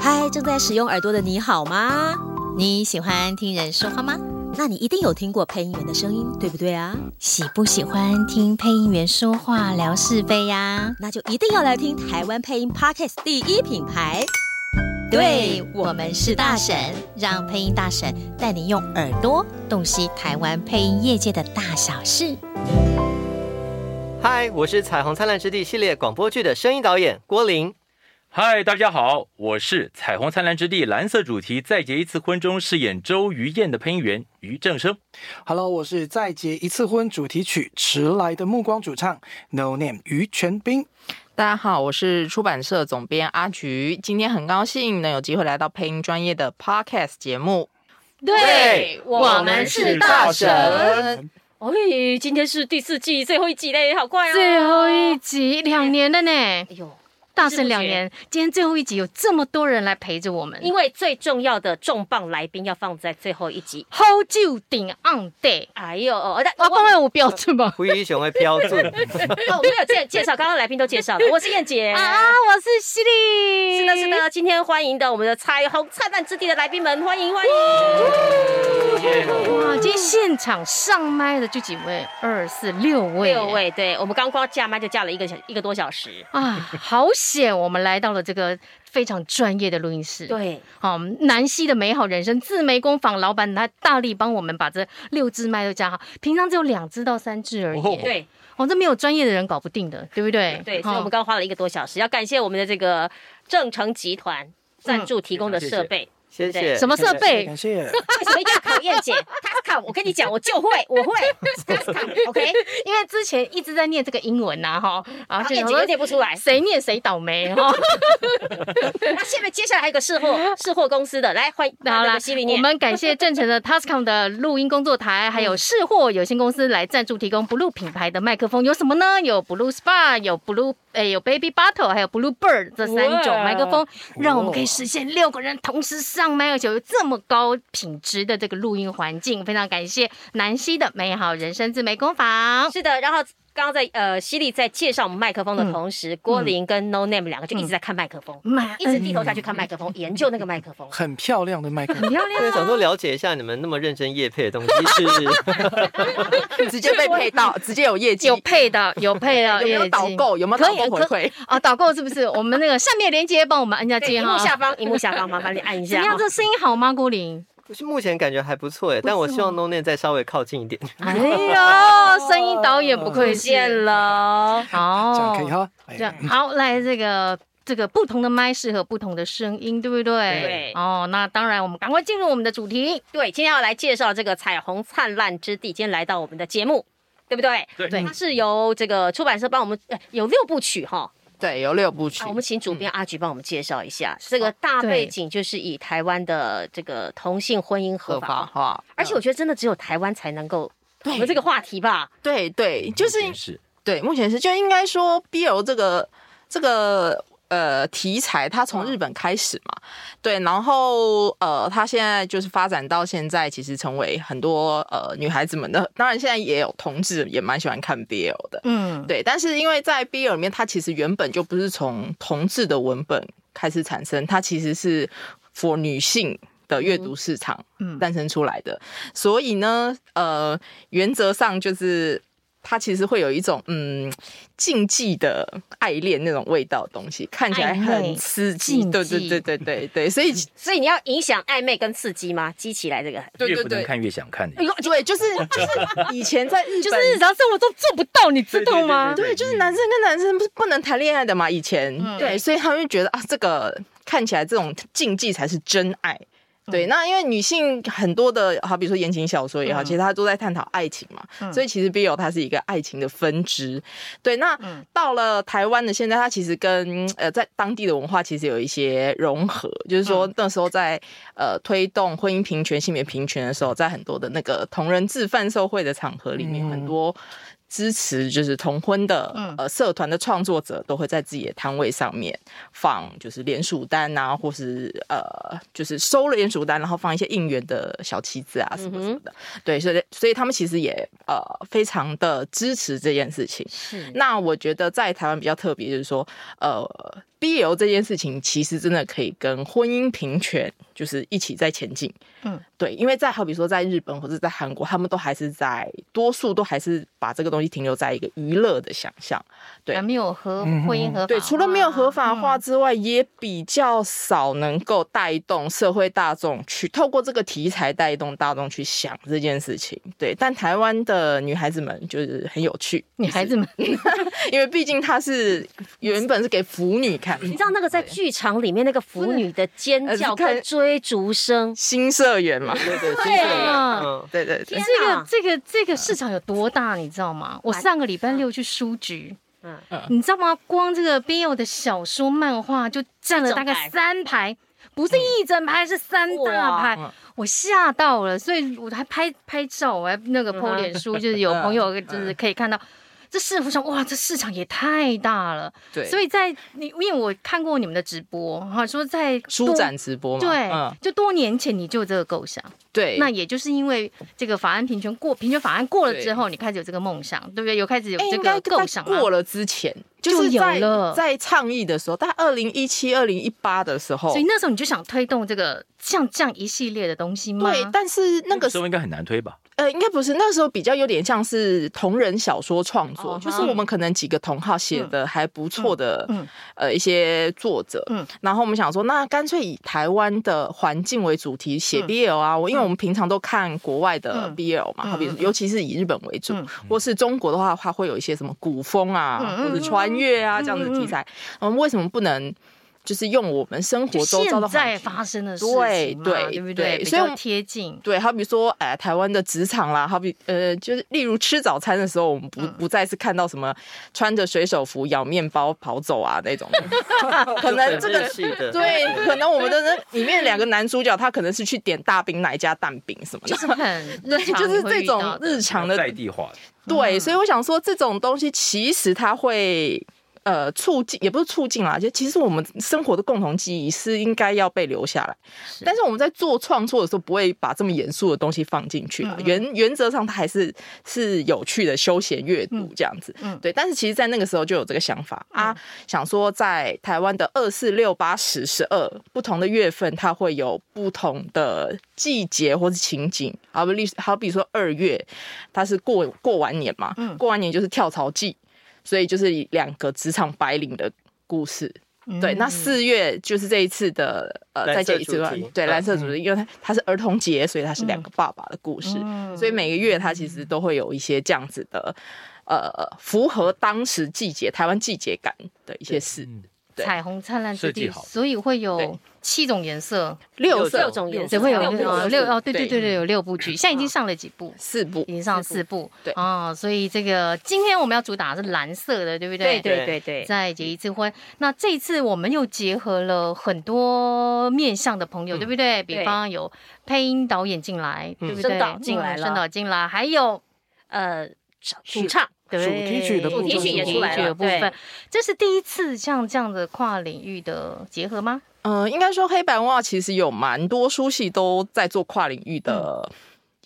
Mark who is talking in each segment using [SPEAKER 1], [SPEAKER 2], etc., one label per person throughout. [SPEAKER 1] 嗨，正在使用耳朵的你好吗？
[SPEAKER 2] 你喜欢听人说话吗？
[SPEAKER 1] 那你一定有听过配音员的声音，对不对啊？
[SPEAKER 2] 喜不喜欢听配音员说话聊是非呀、
[SPEAKER 1] 那就一定要来听台湾配音 Podcast 第一品牌。
[SPEAKER 2] 对我们是大神，让配音大神带你用耳朵洞悉台湾配音业界的大小事。
[SPEAKER 3] 嗨，我是《彩虹灿烂之地》系列广播剧的声音导演郭林。
[SPEAKER 4] 嗨，大家好，我是《彩虹灿烂之地》蓝色主题《再结一次婚》中饰演周瑜燕的配音员于正生。
[SPEAKER 5] Hello，我是再结一次婚主题曲《迟来的目光》主唱 No Name 于全斌。
[SPEAKER 6] 大家好，我是出版社总编阿菊，今天很高兴能有机会来到配音专业的 podcast 节目。
[SPEAKER 3] 对
[SPEAKER 6] 我们是大
[SPEAKER 7] 哎
[SPEAKER 6] 神。
[SPEAKER 8] 哦咦，今天是第四季最后一集嘞，好快哦！
[SPEAKER 7] 最后一集两年了呢，哎
[SPEAKER 8] 呦，
[SPEAKER 7] 大神两年，今天最后一集有这么多人来陪着我们，
[SPEAKER 8] 因为最重要的重磅来宾要放在最后一集。
[SPEAKER 7] hold 住顶 on day，啊
[SPEAKER 8] 哎呦，哦但
[SPEAKER 7] 我
[SPEAKER 8] 我
[SPEAKER 7] 当然有标准吧。
[SPEAKER 3] 胡一雄会飘住，
[SPEAKER 8] 哦我们有介介绍，刚刚来宾都介绍了，我是燕姐。
[SPEAKER 7] 啊，我是犀利，
[SPEAKER 8] 是的，是的，今天欢迎的我们的彩虹灿烂之地的来宾们，欢迎欢迎！
[SPEAKER 7] 哇，今天现场上麦的就几位，二四六位，
[SPEAKER 8] 六位，对我们刚光架麦就架了一个小一个多小时。
[SPEAKER 7] 啊，好险，我们来到了这个非常专业的录音室，。
[SPEAKER 8] 对，
[SPEAKER 7] 好，南希的美好人生自媒工坊老板他大力帮我们把这六支麦都加好，平常只有两支到三支而已。
[SPEAKER 4] 哦
[SPEAKER 8] 对
[SPEAKER 7] 哦，这没有专业的人搞不定的，对不对？哦
[SPEAKER 8] 对，所以
[SPEAKER 7] 好
[SPEAKER 8] 我们刚刚花了一个多小时，要感谢我们的这个正成集团赞助提供的设备。
[SPEAKER 3] 谢谢。
[SPEAKER 7] 什么设备
[SPEAKER 5] 感？谢。
[SPEAKER 8] 为什么一定要考验姐？Tascam，我跟你讲，我就会，我会 Tascam，OK？
[SPEAKER 7] 因为之前一直在念这个英文呐、哈，然后就想
[SPEAKER 8] 念姐有
[SPEAKER 7] 说
[SPEAKER 8] 点不出来。
[SPEAKER 7] 谁念谁倒霉哈。
[SPEAKER 8] 那下面接下来还有一个试 货试货公司的，来欢迎
[SPEAKER 7] 好
[SPEAKER 8] 那
[SPEAKER 7] 啦
[SPEAKER 8] 个西里，
[SPEAKER 7] 我
[SPEAKER 8] 念。
[SPEAKER 7] 们感谢正成的 Tascom 的录音工作台，
[SPEAKER 6] 嗯
[SPEAKER 7] 还有试货有限公司来赞助提供 Blue 品牌的麦克风，有什么呢？有 Blue Spa，有 Blue 哎、有 Baby Bottle，还有 Blue Bird 这三种
[SPEAKER 8] 哇
[SPEAKER 7] 麦克风，让我们可以实现六个人同时上麦，而且有这么高品质的这个录音环境。非常感谢南希的美好人生自媒工坊。
[SPEAKER 8] 哦是的，然后刚刚在呃西里在介绍我们麦克风
[SPEAKER 7] 嗯
[SPEAKER 8] 的同时，郭林跟 No Name 两个就一直在看麦克风，
[SPEAKER 7] 妈
[SPEAKER 8] 一直低头下去看麦克风，研究那个麦克风。
[SPEAKER 5] 很漂亮的麦克风，
[SPEAKER 7] 漂亮
[SPEAKER 3] 对，想说了解一下你们那么认真夜配的东西是
[SPEAKER 6] 直接被配到，直接有业绩，
[SPEAKER 7] 有配的，有配的，
[SPEAKER 6] 有没有
[SPEAKER 7] 业绩
[SPEAKER 6] 导购？有没有
[SPEAKER 7] 可
[SPEAKER 6] 导
[SPEAKER 7] 以
[SPEAKER 6] 购回
[SPEAKER 7] 可
[SPEAKER 6] 馈？
[SPEAKER 7] 啊？导购是不是？我们那个下面连 接帮我们按下
[SPEAKER 8] 对，
[SPEAKER 7] 去
[SPEAKER 8] 荧幕
[SPEAKER 7] 哈。
[SPEAKER 8] 下方，荧幕下 方，麻烦你按一
[SPEAKER 7] 怎
[SPEAKER 8] 下哦
[SPEAKER 7] 么
[SPEAKER 8] 哈。
[SPEAKER 7] 样？这声音好吗，郭林？
[SPEAKER 3] 是目前感觉还不错哎，但我希望 No Name 再稍微靠近一点。
[SPEAKER 7] 哎呦，声音导演不愧
[SPEAKER 8] 不
[SPEAKER 7] 是
[SPEAKER 8] 见了，
[SPEAKER 7] 哦，
[SPEAKER 5] 这样可以哈。哎
[SPEAKER 7] 这样好，来这个。这个不同的麦适合不同的声音，对不对？
[SPEAKER 8] 对
[SPEAKER 7] 哦，那当然，我们赶快进入我们的主题。
[SPEAKER 8] 对，今天要来介绍这个彩虹灿烂之地，今天来到我们的节目，对不对？
[SPEAKER 4] 对
[SPEAKER 7] 嗯
[SPEAKER 8] 它是由这个出版社帮我们、呃有六部曲哈、
[SPEAKER 6] 对，有六部曲
[SPEAKER 8] 啊，我们请主编阿菊帮我们介绍一下、这个大背景，就是以台湾的这个同性婚姻合
[SPEAKER 6] 合
[SPEAKER 8] 法
[SPEAKER 6] 法
[SPEAKER 8] 化，嗯
[SPEAKER 6] 化。嗯
[SPEAKER 8] 而且我觉得真的只有台湾才能够讨论这个话题吧。
[SPEAKER 6] 对对，就是
[SPEAKER 4] 真是
[SPEAKER 6] 对，目前是就应该说 BL 这个这个呃题材，它从日本开始嘛，对，然后呃，它现在就是发展到现在，其实成为很多呃女孩子们的，当然现在也有同志也蛮喜欢看 BL 的，
[SPEAKER 7] 嗯，
[SPEAKER 6] 对，但是因为在 BL 里面，它其实原本就不是从同志的文本开始产生，它其实是 for 女性。的阅读市场
[SPEAKER 7] 嗯
[SPEAKER 6] 诞生出来的，所以呢，呃，原则上就是它其实会有一种嗯禁忌的爱恋那种味道的东西，看起来
[SPEAKER 7] 暧昧
[SPEAKER 6] 很刺激，
[SPEAKER 7] 禁
[SPEAKER 6] 对对
[SPEAKER 7] 忌
[SPEAKER 6] 对对对对， 所以
[SPEAKER 8] 所以你要影响暧昧跟刺激吗？激起来这个，
[SPEAKER 6] 对
[SPEAKER 4] 越
[SPEAKER 6] 对
[SPEAKER 4] 不能
[SPEAKER 6] 对，
[SPEAKER 4] 看越想看的
[SPEAKER 6] 哎。呦，对，就是就是以前在日本
[SPEAKER 7] 就是日常生活中做不到，你知道吗？
[SPEAKER 4] 对
[SPEAKER 6] 对，就是男生跟男生不是不能谈恋爱的嘛，以前、
[SPEAKER 7] 嗯
[SPEAKER 6] 对，所以他们就觉得啊，这个看起来这种禁忌才是真爱。对，那因为女性很多的，好比说言情小说也好，
[SPEAKER 7] 嗯
[SPEAKER 6] 其实它都在探讨爱情嘛，
[SPEAKER 7] 嗯
[SPEAKER 6] 所以其实 BL 它是一个爱情的分支。对，那
[SPEAKER 7] 嗯
[SPEAKER 6] 到了台湾的现在，它其实跟呃在当地的文化其实有一些融合，就是说
[SPEAKER 7] 嗯
[SPEAKER 6] 那时候在呃推动婚姻平权、性别平权的时候，在很多的那个同人志贩售会的场合里面，
[SPEAKER 5] 嗯
[SPEAKER 6] 很多支持就是同婚的、
[SPEAKER 7] 嗯
[SPEAKER 6] 呃社团的创作者都会在自己的摊位上面放就是联署单啊，或是呃就是收了联署单，然后放一些应援的小旗子啊什么什么的。对，所以所以他们其实也呃非常的支持这件事情。那我觉得在台湾比较特别，就是说呃 BL 这件事情其实真的可以跟婚姻平权就是一起在前进。
[SPEAKER 7] 嗯，
[SPEAKER 6] 对，因为在好比说在日本或者在韩国，他们都还是在多数都还是把这个东西停留在一个娱乐的想象。对
[SPEAKER 7] 还没有合婚姻合法化，嗯
[SPEAKER 6] 对，除了没有合
[SPEAKER 3] 啊
[SPEAKER 6] 法
[SPEAKER 3] 嗯
[SPEAKER 6] 化之外，也比较少能够带动社会大众去透过这个题材带动大众去想这件事情。对，但台湾的女孩子们就是很有趣，
[SPEAKER 7] 女孩子们，
[SPEAKER 6] 因为毕竟它是原本是给腐女看，
[SPEAKER 8] 你知道那个在剧场里面那个腐女的尖
[SPEAKER 6] 呃
[SPEAKER 8] 叫
[SPEAKER 6] 看
[SPEAKER 8] 跟追逐声，
[SPEAKER 6] 新社员嘛，
[SPEAKER 3] 对对，
[SPEAKER 7] 对啊
[SPEAKER 3] 嗯，
[SPEAKER 6] 对 对对
[SPEAKER 8] 天，
[SPEAKER 7] 这
[SPEAKER 8] 哪
[SPEAKER 7] 个这个这个市场有多大，你知道吗？我上个礼拜
[SPEAKER 6] 啊
[SPEAKER 7] 六去书局，
[SPEAKER 8] 嗯
[SPEAKER 7] 你知道吗？光这个 BL 的小说、漫画就占了大概
[SPEAKER 8] 一整
[SPEAKER 7] 三排，不是一整排，是三大排
[SPEAKER 6] 嗯哇，
[SPEAKER 7] 我吓到了，所以我还拍拍照，我还那个 PO 脸书，就是有朋友
[SPEAKER 6] 嗯
[SPEAKER 7] 就是可以看到。这市我想哇，这市场也太大了，
[SPEAKER 6] 对，
[SPEAKER 7] 所以在你因为我看过你们的直播，哈，说在
[SPEAKER 6] 书
[SPEAKER 7] 多
[SPEAKER 6] 展直播嘛，
[SPEAKER 7] 对，
[SPEAKER 6] 嗯，
[SPEAKER 7] 就多年前你就有这个构想，
[SPEAKER 6] 对，
[SPEAKER 7] 那也就是因为这个法案平权过，平权法案过了
[SPEAKER 6] 对
[SPEAKER 7] 之后，你开始有这个梦想，对不对？有开始有
[SPEAKER 6] 哎
[SPEAKER 7] 这
[SPEAKER 6] 应该
[SPEAKER 7] 个
[SPEAKER 6] 在
[SPEAKER 7] 构想啊吗？
[SPEAKER 6] 过了之前，
[SPEAKER 7] 就是
[SPEAKER 6] 在
[SPEAKER 7] 有了
[SPEAKER 6] 在倡议的时候，大概二零一七、二零一八的时候
[SPEAKER 7] 所以，那时候你就想推动这个像这样一系列的东西吗？
[SPEAKER 6] 对，但是
[SPEAKER 4] 那
[SPEAKER 6] 那个
[SPEAKER 4] 时候应该很难推吧？
[SPEAKER 6] 呃，应该不是那时候比较有点像是同人小说创作，
[SPEAKER 8] 哦
[SPEAKER 6] 就是我们可能几个同号写的还不错的、
[SPEAKER 7] 嗯嗯嗯
[SPEAKER 6] 呃一些作者，
[SPEAKER 7] 嗯
[SPEAKER 6] 然后我们想说，那干脆以台湾的环境为主题写
[SPEAKER 7] 嗯
[SPEAKER 6] BL 啊，我因为我们平常都看国外的
[SPEAKER 7] 嗯
[SPEAKER 6] BL 嘛，
[SPEAKER 7] 嗯
[SPEAKER 6] 好比如尤其是以日本为主，
[SPEAKER 7] 嗯
[SPEAKER 6] 或是中国的话，它会有一些什么古风啊，
[SPEAKER 7] 嗯嗯
[SPEAKER 6] 或者穿越啊、
[SPEAKER 7] 嗯
[SPEAKER 6] 这样子的题材，我们为什么不能就是用我们生
[SPEAKER 7] 就
[SPEAKER 6] 活周遭
[SPEAKER 7] 现
[SPEAKER 6] 的
[SPEAKER 7] 在
[SPEAKER 6] 环境？
[SPEAKER 7] 发生的事情
[SPEAKER 6] 对
[SPEAKER 7] 嘛
[SPEAKER 6] 对
[SPEAKER 7] 对不
[SPEAKER 6] 对
[SPEAKER 7] 比
[SPEAKER 6] 所以我
[SPEAKER 7] 较贴近。
[SPEAKER 6] 对，好比说，哎、台湾的职场啦，好比呃，就是例如吃早餐的时候，我们不、不再是看到什么穿着水手服咬面包跑走啊那种， 可能这个
[SPEAKER 3] 是的，
[SPEAKER 6] 对，可能我们的那里面两个男主角他可能是去点大饼哪一家蛋饼什么
[SPEAKER 7] 就
[SPEAKER 6] 的。
[SPEAKER 7] 是很
[SPEAKER 6] 对，就是这种
[SPEAKER 7] 日
[SPEAKER 6] 日常的
[SPEAKER 4] 在地化的，
[SPEAKER 6] 对，所以我想说，这种东西其实它会呃促进，也不是促进啦，就其实我们生活的共同记忆是应该要被留下来。但是我们在做创作的时候，不会把这么严肃的东西放进去啦。原原则上，它还是是有趣的休闲阅读这样子。
[SPEAKER 7] 嗯
[SPEAKER 6] 对。但是其实，在那个时候就有这个想法啊，想说在台湾的二四六八十十二不同的月份，它会有不同的季节或是情景。好比例，好比说二月，它是过过完年嘛，
[SPEAKER 7] 嗯
[SPEAKER 6] 过完年就是跳槽季，所以就是两个职场白领的故事。
[SPEAKER 7] 常
[SPEAKER 6] 对，那四月就是这一次的呃，
[SPEAKER 3] 蓝
[SPEAKER 6] 再
[SPEAKER 3] 色
[SPEAKER 6] 见一次
[SPEAKER 3] 主
[SPEAKER 6] 吧
[SPEAKER 3] 题嗯
[SPEAKER 6] 对蓝色主题，因为它它是儿童节，所以它是两个爸爸的故事，
[SPEAKER 7] 嗯
[SPEAKER 6] 所以每个月它其实都会有一些这样子的。呃，符合当时季节台湾季节感的一些事，
[SPEAKER 4] 嗯，
[SPEAKER 6] 对
[SPEAKER 7] 彩虹灿烂之
[SPEAKER 4] 设计
[SPEAKER 7] 地，
[SPEAKER 4] 好
[SPEAKER 7] 所以会
[SPEAKER 6] 对
[SPEAKER 7] 有七种颜色，
[SPEAKER 6] 六色
[SPEAKER 8] 六种颜色
[SPEAKER 7] 只会有
[SPEAKER 8] 六部
[SPEAKER 7] 哦
[SPEAKER 8] 曲
[SPEAKER 7] 六哦，对
[SPEAKER 6] 对嗯
[SPEAKER 7] 对对对，有六部剧，现在已经上了几部。
[SPEAKER 6] 四部
[SPEAKER 7] 已，经上四部，
[SPEAKER 6] 对
[SPEAKER 7] 哦，所以这个今天我们要主打的是蓝色的，对不
[SPEAKER 8] 对
[SPEAKER 7] 对？
[SPEAKER 8] 对对对，
[SPEAKER 7] 再结一次婚，那这一次我们又结合了很多面向的朋友，
[SPEAKER 8] 嗯
[SPEAKER 7] 对不对？比方有配音导演进来，对不对？
[SPEAKER 8] 声导进来了
[SPEAKER 7] 嗯声导进来，还有
[SPEAKER 8] 呃，主唱
[SPEAKER 7] 对
[SPEAKER 5] 主题曲的部
[SPEAKER 8] 主题
[SPEAKER 5] 分
[SPEAKER 8] 曲也出来
[SPEAKER 7] 主题曲的
[SPEAKER 8] 了，
[SPEAKER 7] 部分
[SPEAKER 8] 对，，
[SPEAKER 7] 这是第一次像这样的跨领域的结合吗？
[SPEAKER 6] 呃，应该说黑白文化其实有蛮多书系都在做跨领域的、